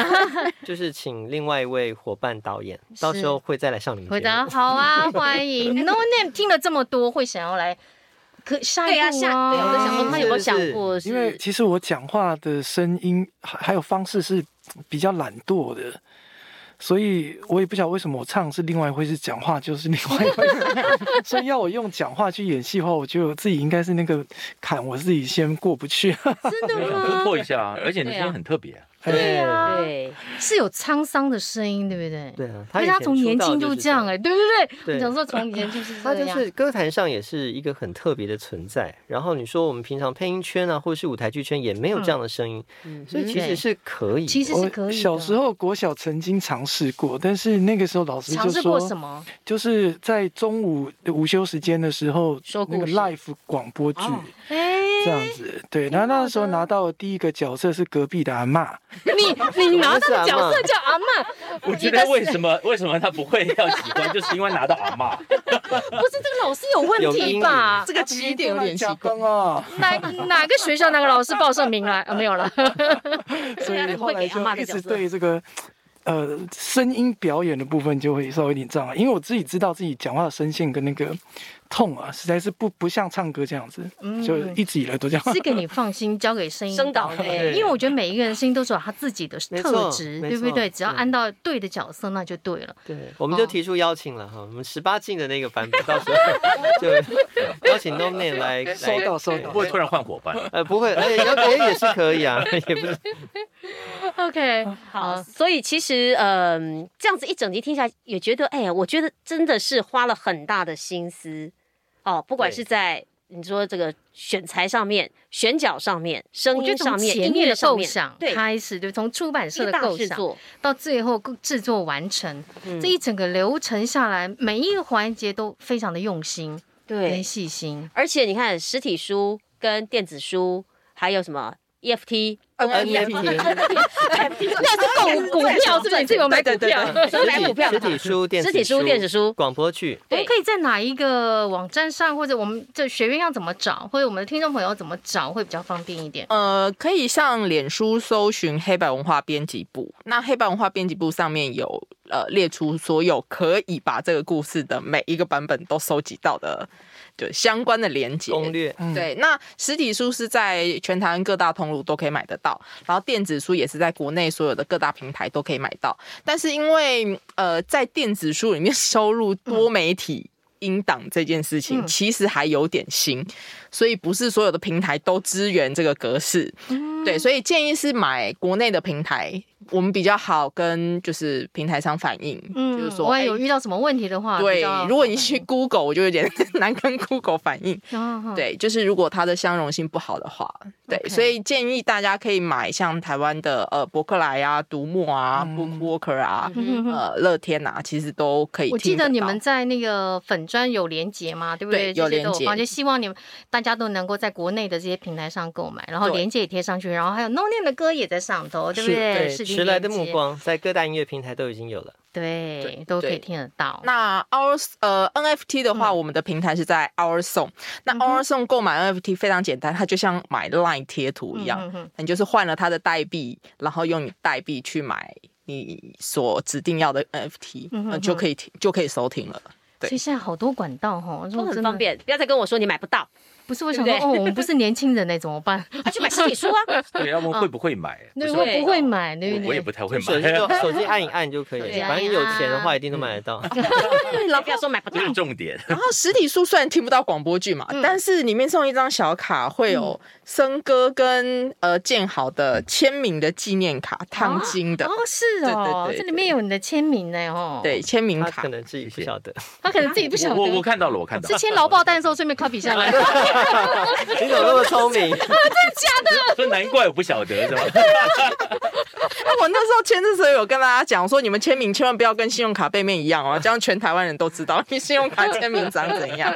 [SPEAKER 3] 就是请另外一位伙伴导演，到时候会再来上你们
[SPEAKER 7] 回
[SPEAKER 3] 节
[SPEAKER 7] 答
[SPEAKER 3] 目。
[SPEAKER 7] 好啊，欢迎 No Name 听了这么多，会想要来可下一
[SPEAKER 8] 对
[SPEAKER 7] 步
[SPEAKER 8] 啊
[SPEAKER 7] 啊，
[SPEAKER 8] 下对我在想说
[SPEAKER 7] 嗯
[SPEAKER 8] 他有没有
[SPEAKER 3] 是
[SPEAKER 8] 想
[SPEAKER 3] 是
[SPEAKER 8] 过是，
[SPEAKER 5] 因为其实我讲话的声音还还有方式是比较懒惰的，所以我也不晓得为什么我唱是另外一回事，讲话就是另外一回事。 所以要我用讲话去演戏的话，我觉得我自己应该是那个坎，我自己先过不去。
[SPEAKER 7] 真的
[SPEAKER 4] 想突
[SPEAKER 7] 吗？
[SPEAKER 4] 破一下啊！而且你的声音很特别啊，
[SPEAKER 3] 对啊，
[SPEAKER 8] 对，
[SPEAKER 7] 是有沧桑的声音，对不对？
[SPEAKER 3] 对啊，
[SPEAKER 7] 而
[SPEAKER 3] 以
[SPEAKER 7] 且他
[SPEAKER 3] 前
[SPEAKER 7] 从
[SPEAKER 3] 出
[SPEAKER 7] 年
[SPEAKER 3] 道
[SPEAKER 7] 轻
[SPEAKER 3] 就是
[SPEAKER 7] 这样，哎，对对对，
[SPEAKER 3] 对
[SPEAKER 7] 我想说从以前就是
[SPEAKER 3] 他
[SPEAKER 7] 这
[SPEAKER 3] 就
[SPEAKER 7] 样，
[SPEAKER 3] 是歌坛上也是一个很特别的存在。然后你说我们平常配音圈啊，或者是舞台剧圈也没有这样的声音，所以其
[SPEAKER 7] 对
[SPEAKER 3] 实是可以的。
[SPEAKER 7] 其实是可以
[SPEAKER 5] 我
[SPEAKER 7] 的。
[SPEAKER 5] 哦
[SPEAKER 7] 啊
[SPEAKER 5] 小时候国小曾经尝试过，但是那个时候老师
[SPEAKER 7] 尝
[SPEAKER 5] 就
[SPEAKER 7] 试
[SPEAKER 5] 说
[SPEAKER 7] 过什么？
[SPEAKER 5] 就是在中午午休时间的时候，
[SPEAKER 7] 说故
[SPEAKER 5] 那
[SPEAKER 7] 事
[SPEAKER 5] 个 live 广播剧。
[SPEAKER 7] 哎、
[SPEAKER 5] 这样子，对。然后那时候拿到的第一个角色是隔壁的阿嬷，
[SPEAKER 7] 你你拿到的角色叫阿 嬷，
[SPEAKER 4] 我觉得为什么为什么他不会要喜欢，就是因为拿到阿嬷。
[SPEAKER 7] 不是这个老师有问题吧？
[SPEAKER 6] 这个起点有点奇怪，
[SPEAKER 5] 刚啊，
[SPEAKER 7] 哪哪个学校哪个老师报上名来啊？没有了，
[SPEAKER 5] 所
[SPEAKER 7] 啊
[SPEAKER 5] 以后来就一
[SPEAKER 8] 角
[SPEAKER 5] 直
[SPEAKER 8] 色
[SPEAKER 5] 对这个。呃，声音表演的部分就会稍微有点障碍，因为我自己知道自己讲话的声线跟那个痛啊，实在是不不像唱歌这样子，
[SPEAKER 7] 嗯
[SPEAKER 5] 就一直以来都这样。
[SPEAKER 7] 这个你放心交给声音
[SPEAKER 8] 声导
[SPEAKER 7] 演
[SPEAKER 8] 对
[SPEAKER 7] 因为我觉得每一个人声音都是有他自己的
[SPEAKER 3] 没
[SPEAKER 7] 特
[SPEAKER 3] 错
[SPEAKER 7] 质，
[SPEAKER 3] 没
[SPEAKER 7] 对不
[SPEAKER 8] 嗯
[SPEAKER 7] 对？
[SPEAKER 3] 错
[SPEAKER 7] 只要按到对的角色，那就对了。
[SPEAKER 3] 对，我们就提出邀请了哈，我们十八禁的那个版本，到时候就 邀请 No Name 来来。
[SPEAKER 5] 收到收 到
[SPEAKER 4] 不，会突然换伙 伴，
[SPEAKER 3] 呃，不会，哎，要也也是可以 啊，也不是
[SPEAKER 7] OK，
[SPEAKER 8] 嗯好，所以其实嗯、这样子一整集听下来，也觉得，哎呀，我觉得真的是花了很大的心思哦，不管
[SPEAKER 3] 对
[SPEAKER 8] 是在你说这个选材上面、选角上面、声
[SPEAKER 7] 我觉得
[SPEAKER 8] 音
[SPEAKER 7] 从
[SPEAKER 8] 上面、
[SPEAKER 7] 前
[SPEAKER 8] 音
[SPEAKER 7] 面的
[SPEAKER 8] 乐的上
[SPEAKER 7] 构
[SPEAKER 8] 面
[SPEAKER 7] 想
[SPEAKER 8] 对，
[SPEAKER 7] 开始，对，从出版
[SPEAKER 8] 一
[SPEAKER 7] 社的
[SPEAKER 8] 个大
[SPEAKER 7] 构
[SPEAKER 8] 制
[SPEAKER 7] 想
[SPEAKER 8] 作，嗯
[SPEAKER 7] 到最后制作完成，这一整个流程下来，每一个环节都非常的用心跟
[SPEAKER 8] 对，
[SPEAKER 7] 细心。
[SPEAKER 8] 而且你看实体书跟电子书，还有什么 E EFT。
[SPEAKER 3] NFT，
[SPEAKER 7] 那是购股票是不是？你这个买股票，
[SPEAKER 8] 都买股票
[SPEAKER 3] 实体书、电
[SPEAKER 8] 实体书、电子书，
[SPEAKER 3] 广播剧，
[SPEAKER 7] 我们可以在哪一个网站上，或者我们这学院要怎么找，或者我们的听众朋友怎么找会比较方便一点？
[SPEAKER 6] 呃，可以上脸书搜寻黑白文化编辑部。那黑白文化编辑部上面有呃列出所有可以把这个故事的每一个版本都收集到的，就相关的连接。
[SPEAKER 3] 攻略，
[SPEAKER 7] 嗯
[SPEAKER 6] 对，那实体书是在全台湾各大通路都可以买得到，然后电子书也是在国内所有的各大平台都可以买到。但是因为呃，在电子书里面收录多媒体音档这件事情，
[SPEAKER 7] 嗯
[SPEAKER 6] 其实还有点新，所以不是所有的平台都支援这个格式。
[SPEAKER 7] 嗯
[SPEAKER 6] 对，所以建议是买国内的平台，我们比较好跟就是平台商反映，就是说
[SPEAKER 7] 我
[SPEAKER 6] 哎
[SPEAKER 7] 也有嗯遇到什么问题的话，比
[SPEAKER 6] 对
[SPEAKER 7] 较，
[SPEAKER 6] 如果你去 Google，我就有点 难跟 Google 反映。
[SPEAKER 7] 嗯嗯
[SPEAKER 6] 对，就是如果它的相容性不好的话，对
[SPEAKER 7] OK
[SPEAKER 6] 所以建议大家可以买像台湾的呃伯克莱啊、读墨啊、Bookwalker 啊、
[SPEAKER 7] 嗯嗯
[SPEAKER 6] 呃乐天啊，其实都可以听
[SPEAKER 7] 我记
[SPEAKER 6] 得
[SPEAKER 7] 得你
[SPEAKER 6] 到
[SPEAKER 7] 们在那个粉砖有连接嘛，对不对？
[SPEAKER 6] 对有
[SPEAKER 7] 这些都
[SPEAKER 6] 连结
[SPEAKER 7] 放就希望你们大家都能够在国内的这些平台上购买，然后
[SPEAKER 6] 对
[SPEAKER 7] 连接也贴上去，然后还有 No Name 的歌也在上头，对不
[SPEAKER 5] 是
[SPEAKER 7] 对？
[SPEAKER 6] 对
[SPEAKER 7] 世经
[SPEAKER 3] 迟来的
[SPEAKER 7] 连
[SPEAKER 3] 目
[SPEAKER 7] 接，
[SPEAKER 3] 光在各大音乐平台都已经有了。
[SPEAKER 7] 对
[SPEAKER 6] 对，
[SPEAKER 7] 都可以
[SPEAKER 6] 对
[SPEAKER 7] 听得到。
[SPEAKER 6] 那 Our 呃 NFT 的话，
[SPEAKER 7] 嗯
[SPEAKER 6] 我们的平台是在 Our Song。那 Our Song 购买 NFT 非常简单，它就像买 Line 贴图一样，
[SPEAKER 7] 嗯哼
[SPEAKER 6] 你就是换了它的代币，然后用你代币去买你所指定要的 NFT，、
[SPEAKER 7] 嗯哼
[SPEAKER 6] 呃就可以听就可以收听了。对
[SPEAKER 7] 所以现在好多管道哈，如
[SPEAKER 8] 都
[SPEAKER 7] 果
[SPEAKER 8] 很
[SPEAKER 7] 真
[SPEAKER 8] 方
[SPEAKER 7] 的
[SPEAKER 8] 便，不要再跟我说你买不到，
[SPEAKER 7] 不是我想
[SPEAKER 8] 对
[SPEAKER 7] 说
[SPEAKER 8] 不
[SPEAKER 7] 哦，
[SPEAKER 8] 对
[SPEAKER 7] 我们不是年轻人呢，怎么办？
[SPEAKER 8] 啊，去买实 体书啊。
[SPEAKER 4] 对，要不然会不会买？啊不
[SPEAKER 7] 对，
[SPEAKER 4] 是
[SPEAKER 7] 我
[SPEAKER 8] 对
[SPEAKER 7] 不会买，对
[SPEAKER 4] 我
[SPEAKER 7] 不
[SPEAKER 4] 我也
[SPEAKER 7] 对？
[SPEAKER 4] 不太会买
[SPEAKER 3] 手机。就手机按一按就可以
[SPEAKER 7] 手机
[SPEAKER 3] 了，
[SPEAKER 7] 按一
[SPEAKER 3] 反正
[SPEAKER 7] 按
[SPEAKER 3] 有钱的话一定都买得到。
[SPEAKER 8] 老不要说买不
[SPEAKER 4] 这
[SPEAKER 8] 到，
[SPEAKER 4] 是重点，
[SPEAKER 6] 然后实体书虽然听不到广播剧
[SPEAKER 7] 嗯
[SPEAKER 6] 嘛，但是里面送一张小卡，会有森哥跟呃建豪的签名的纪念卡，烫金的，
[SPEAKER 7] 哦，是
[SPEAKER 6] 对
[SPEAKER 7] 哦，
[SPEAKER 6] 对对对
[SPEAKER 7] 这里面有你的签名呢，哦，，
[SPEAKER 6] 对，签名
[SPEAKER 3] 他
[SPEAKER 6] 卡
[SPEAKER 3] 可。能自己不晓得，
[SPEAKER 7] 他可能自
[SPEAKER 8] 啊
[SPEAKER 7] 己不晓
[SPEAKER 4] 我
[SPEAKER 7] 得。
[SPEAKER 4] 我我看到了，我看到
[SPEAKER 7] 是
[SPEAKER 4] 了。
[SPEAKER 7] 签劳报单的时候顺便 copy 下来，
[SPEAKER 3] 你怎么那么聪明？
[SPEAKER 4] 所以难怪我不晓得，是吧？
[SPEAKER 6] 我那时候签的时候有跟大家讲说，你们签名千万不要跟信用卡背面一样哦，这样全台湾人都知道你信用卡签名长怎 样。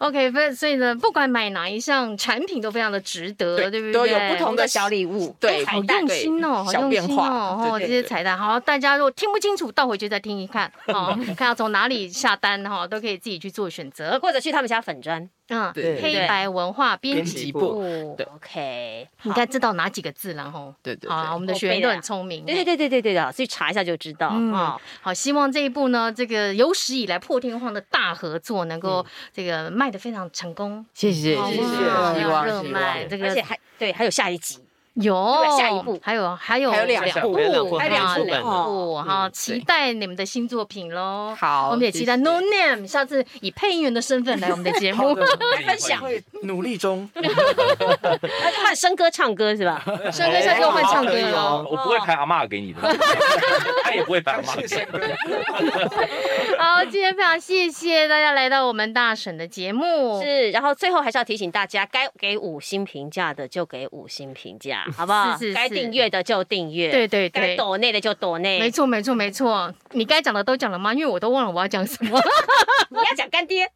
[SPEAKER 7] OK，所以所以呢，不管买哪一项产品都非常的值得，对
[SPEAKER 6] 对
[SPEAKER 7] 不对？
[SPEAKER 6] 都有不
[SPEAKER 8] 同
[SPEAKER 6] 同
[SPEAKER 8] 的小礼物，
[SPEAKER 6] 对
[SPEAKER 7] 好
[SPEAKER 8] 彩蛋
[SPEAKER 7] 用心哦，好
[SPEAKER 6] 小
[SPEAKER 7] 用
[SPEAKER 6] 变
[SPEAKER 7] 心
[SPEAKER 6] 化
[SPEAKER 7] 哦，哦，
[SPEAKER 6] 对对
[SPEAKER 7] 这些
[SPEAKER 6] 对
[SPEAKER 7] 彩蛋，好，大家如果听不清楚，倒回去再听一看哦， 看要从哪里下单哈、哦，都可以自己去做选择。
[SPEAKER 8] 或者去他们家粉砖。
[SPEAKER 7] 嗯，
[SPEAKER 6] 对
[SPEAKER 7] 黑白文化编
[SPEAKER 3] 编
[SPEAKER 7] 辑
[SPEAKER 3] 辑
[SPEAKER 7] 部，
[SPEAKER 3] 部
[SPEAKER 8] 哦
[SPEAKER 6] 对
[SPEAKER 8] ，OK，
[SPEAKER 7] 你该知道哪几个字然后。
[SPEAKER 6] 对对
[SPEAKER 7] 好，我
[SPEAKER 6] 对，哦啊
[SPEAKER 7] 们的学员都很聪明。
[SPEAKER 8] 对对对对对对的，所以查一下就知道
[SPEAKER 7] 嗯
[SPEAKER 8] 啊。
[SPEAKER 7] 好，希望这一部呢，这个有史以来破天荒的大合作，能够这个卖的非常成功。
[SPEAKER 6] 谢嗯谢
[SPEAKER 7] 好
[SPEAKER 6] 谢谢，
[SPEAKER 7] 哦哇
[SPEAKER 6] 希
[SPEAKER 7] 热
[SPEAKER 6] 望希
[SPEAKER 7] 卖
[SPEAKER 6] 望。
[SPEAKER 7] 这
[SPEAKER 8] 而且
[SPEAKER 7] 个
[SPEAKER 8] 还对，还有下一集，
[SPEAKER 7] 有
[SPEAKER 8] 对下一部
[SPEAKER 7] 还有还有
[SPEAKER 6] 还有两部
[SPEAKER 3] 还有两部
[SPEAKER 7] 还
[SPEAKER 8] 还
[SPEAKER 7] 有两部
[SPEAKER 8] 有两部
[SPEAKER 7] 两部，
[SPEAKER 6] 哦
[SPEAKER 7] 好，
[SPEAKER 6] 嗯
[SPEAKER 7] 期
[SPEAKER 6] 对
[SPEAKER 7] 待你们的新作品喽。
[SPEAKER 6] 好
[SPEAKER 7] 我们也期待
[SPEAKER 6] 谢谢
[SPEAKER 7] No Name 下次以配音员的身份来我们的节目。
[SPEAKER 4] 分
[SPEAKER 8] 享
[SPEAKER 5] 会努力中，
[SPEAKER 8] 那就换生哥唱歌是吧？
[SPEAKER 7] 生哥下次又换唱歌
[SPEAKER 3] 可以
[SPEAKER 7] 喽。
[SPEAKER 3] 哦
[SPEAKER 4] 我不会拍阿嬷给你的，他也不会拍阿嬷给你。
[SPEAKER 7] 好，今天非常谢谢大家来到我们大婶的节目。
[SPEAKER 8] 是，然后最后还是要提醒大家，该给五星评价的就给五星评价，好不好？
[SPEAKER 7] 是是是
[SPEAKER 8] 该订阅的就订阅，
[SPEAKER 7] 对对对
[SPEAKER 8] 该抖内的就抖内。
[SPEAKER 7] 没，错，没错，没错。你该讲的都讲了吗？因为我都忘了我要讲什 么。
[SPEAKER 8] 你要讲干爹，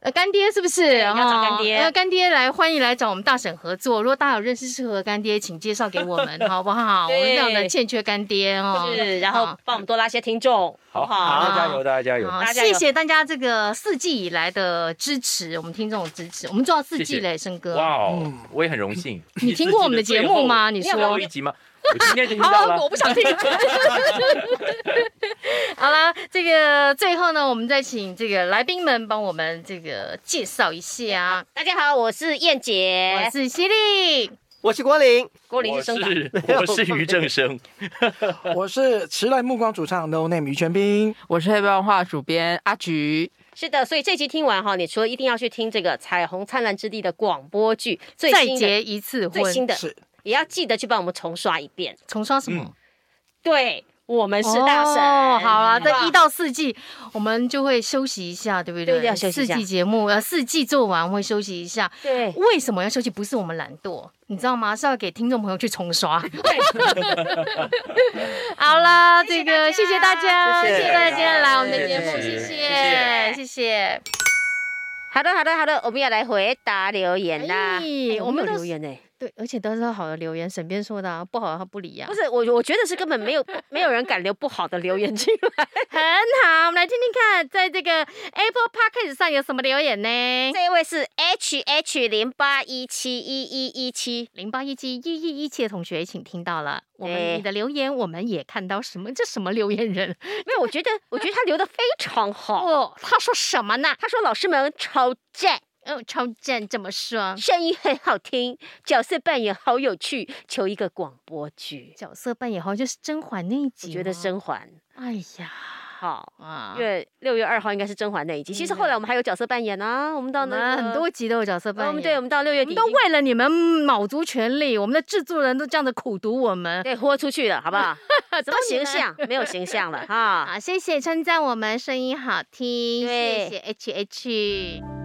[SPEAKER 7] 呃，干爹是不是？
[SPEAKER 8] 要找干爹
[SPEAKER 7] 哦要干爹来，欢迎来找我们大婶合作。如果大家有认识适合的干爹，请介绍给我 们，好不好？我
[SPEAKER 8] 对
[SPEAKER 7] 们非常的欠缺干爹哦。
[SPEAKER 8] 是，然后
[SPEAKER 7] 好
[SPEAKER 8] 帮我们多拉些听众，好
[SPEAKER 4] 好，
[SPEAKER 8] 不
[SPEAKER 4] 大家加
[SPEAKER 8] 好？
[SPEAKER 4] 油，大家加油。
[SPEAKER 7] 好，
[SPEAKER 8] 大家
[SPEAKER 7] 谢
[SPEAKER 8] 有
[SPEAKER 7] 谢大家这个四季以来的支持，我们听众的支持，我们做到四季
[SPEAKER 4] 谢谢
[SPEAKER 7] 嘞，生哥。
[SPEAKER 4] 哇哦，我也很荣幸。
[SPEAKER 7] 嗯 你听过我们的节目吗？你
[SPEAKER 4] 你
[SPEAKER 7] 说
[SPEAKER 4] 最后一集吗？我今天就听到 了。
[SPEAKER 7] 我不想听。 好啦，这个最后呢，我们再请这个来宾们帮我们这个介绍一下。
[SPEAKER 8] 大家好，我是燕姐
[SPEAKER 7] 我，是犀利，
[SPEAKER 3] 我是郭林，
[SPEAKER 8] 郭林
[SPEAKER 4] 我
[SPEAKER 8] 是生长，
[SPEAKER 4] 是我是于正生，
[SPEAKER 5] 我是迟来目光主唱 No Name 于全斌，
[SPEAKER 6] 我是黑白文化主编阿菊，
[SPEAKER 8] 是的，所以这集听完哈，你除了一定要去听这个《彩虹灿烂之地》的广播剧最
[SPEAKER 7] 再
[SPEAKER 8] 新的，
[SPEAKER 7] 结一次婚
[SPEAKER 8] 最，新的
[SPEAKER 5] 是
[SPEAKER 8] 也要记得去帮我们重刷一遍。
[SPEAKER 7] 重刷什么？
[SPEAKER 4] 嗯
[SPEAKER 8] 对我们是大神，
[SPEAKER 7] 哦、好了，
[SPEAKER 8] 好不
[SPEAKER 7] 这
[SPEAKER 8] 好
[SPEAKER 7] 一到四季我们就会休息一下，对不对？
[SPEAKER 8] 对要休息一下
[SPEAKER 7] 四季节目呃，四季做完会休息一下。
[SPEAKER 8] 对
[SPEAKER 7] 为什么要休息？不是我们懒惰，你知道吗？是要给听众朋友去 重刷。好啦，这个嗯谢啊谢大家，
[SPEAKER 3] 谢谢
[SPEAKER 7] 大家来我们的
[SPEAKER 3] 谢谢
[SPEAKER 7] 节目，谢
[SPEAKER 3] 谢谢
[SPEAKER 7] 谢，谢谢。
[SPEAKER 8] 好的，好的，好的，我们要来回答留言啦。
[SPEAKER 7] 哎
[SPEAKER 8] 哎
[SPEAKER 7] 我们
[SPEAKER 8] 没有
[SPEAKER 7] 都
[SPEAKER 8] 留言呢、
[SPEAKER 7] 对，而且都是好的留言，沈边说的、啊，不好的他不理啊
[SPEAKER 8] 不。是我，我觉得是根本没有没有人敢留不好的留言进来。
[SPEAKER 7] 很好，我们来听听看，在这个 Apple Podcast 上有什么留言呢？
[SPEAKER 8] 这一位是 H H 零八一七一一一七，
[SPEAKER 7] 零八一七一一一七的同学，请听到了我们
[SPEAKER 8] 对
[SPEAKER 7] 你的留言，我们也看到什么？这什么留言 人？
[SPEAKER 8] 没有，我觉得我觉得他留的非常好。
[SPEAKER 7] 哦，他说什么呢？
[SPEAKER 8] 他说老师们超赞，
[SPEAKER 7] 嗯、超赞，这么说。
[SPEAKER 8] 声音很好听，角色扮演好有趣，求一个广播剧。
[SPEAKER 7] 角色扮演好像就是甄嬛那一集
[SPEAKER 8] 我
[SPEAKER 7] 吗，
[SPEAKER 8] 觉得甄嬛
[SPEAKER 7] 哎呀，
[SPEAKER 8] 好。
[SPEAKER 7] 啊，
[SPEAKER 8] 月六月二号应该是甄嬛那一集。其实后来我们还有角色扮演啊，我们到
[SPEAKER 7] 我
[SPEAKER 8] 那
[SPEAKER 7] 们
[SPEAKER 8] 个呃
[SPEAKER 7] 很多，集都有角色扮演，
[SPEAKER 8] 我们对，我们到六月
[SPEAKER 7] 我
[SPEAKER 8] 底
[SPEAKER 7] 们
[SPEAKER 8] 已
[SPEAKER 7] 都
[SPEAKER 8] 经
[SPEAKER 7] 为了你们卯足全力，我们的制作人都这样子苦读我们。
[SPEAKER 8] 对豁出去了，好 不好？什么形象没有形
[SPEAKER 7] 啊
[SPEAKER 8] 象了哈。
[SPEAKER 7] 好，谢谢称赞我们声音好听，
[SPEAKER 8] 对
[SPEAKER 7] 谢谢 H H。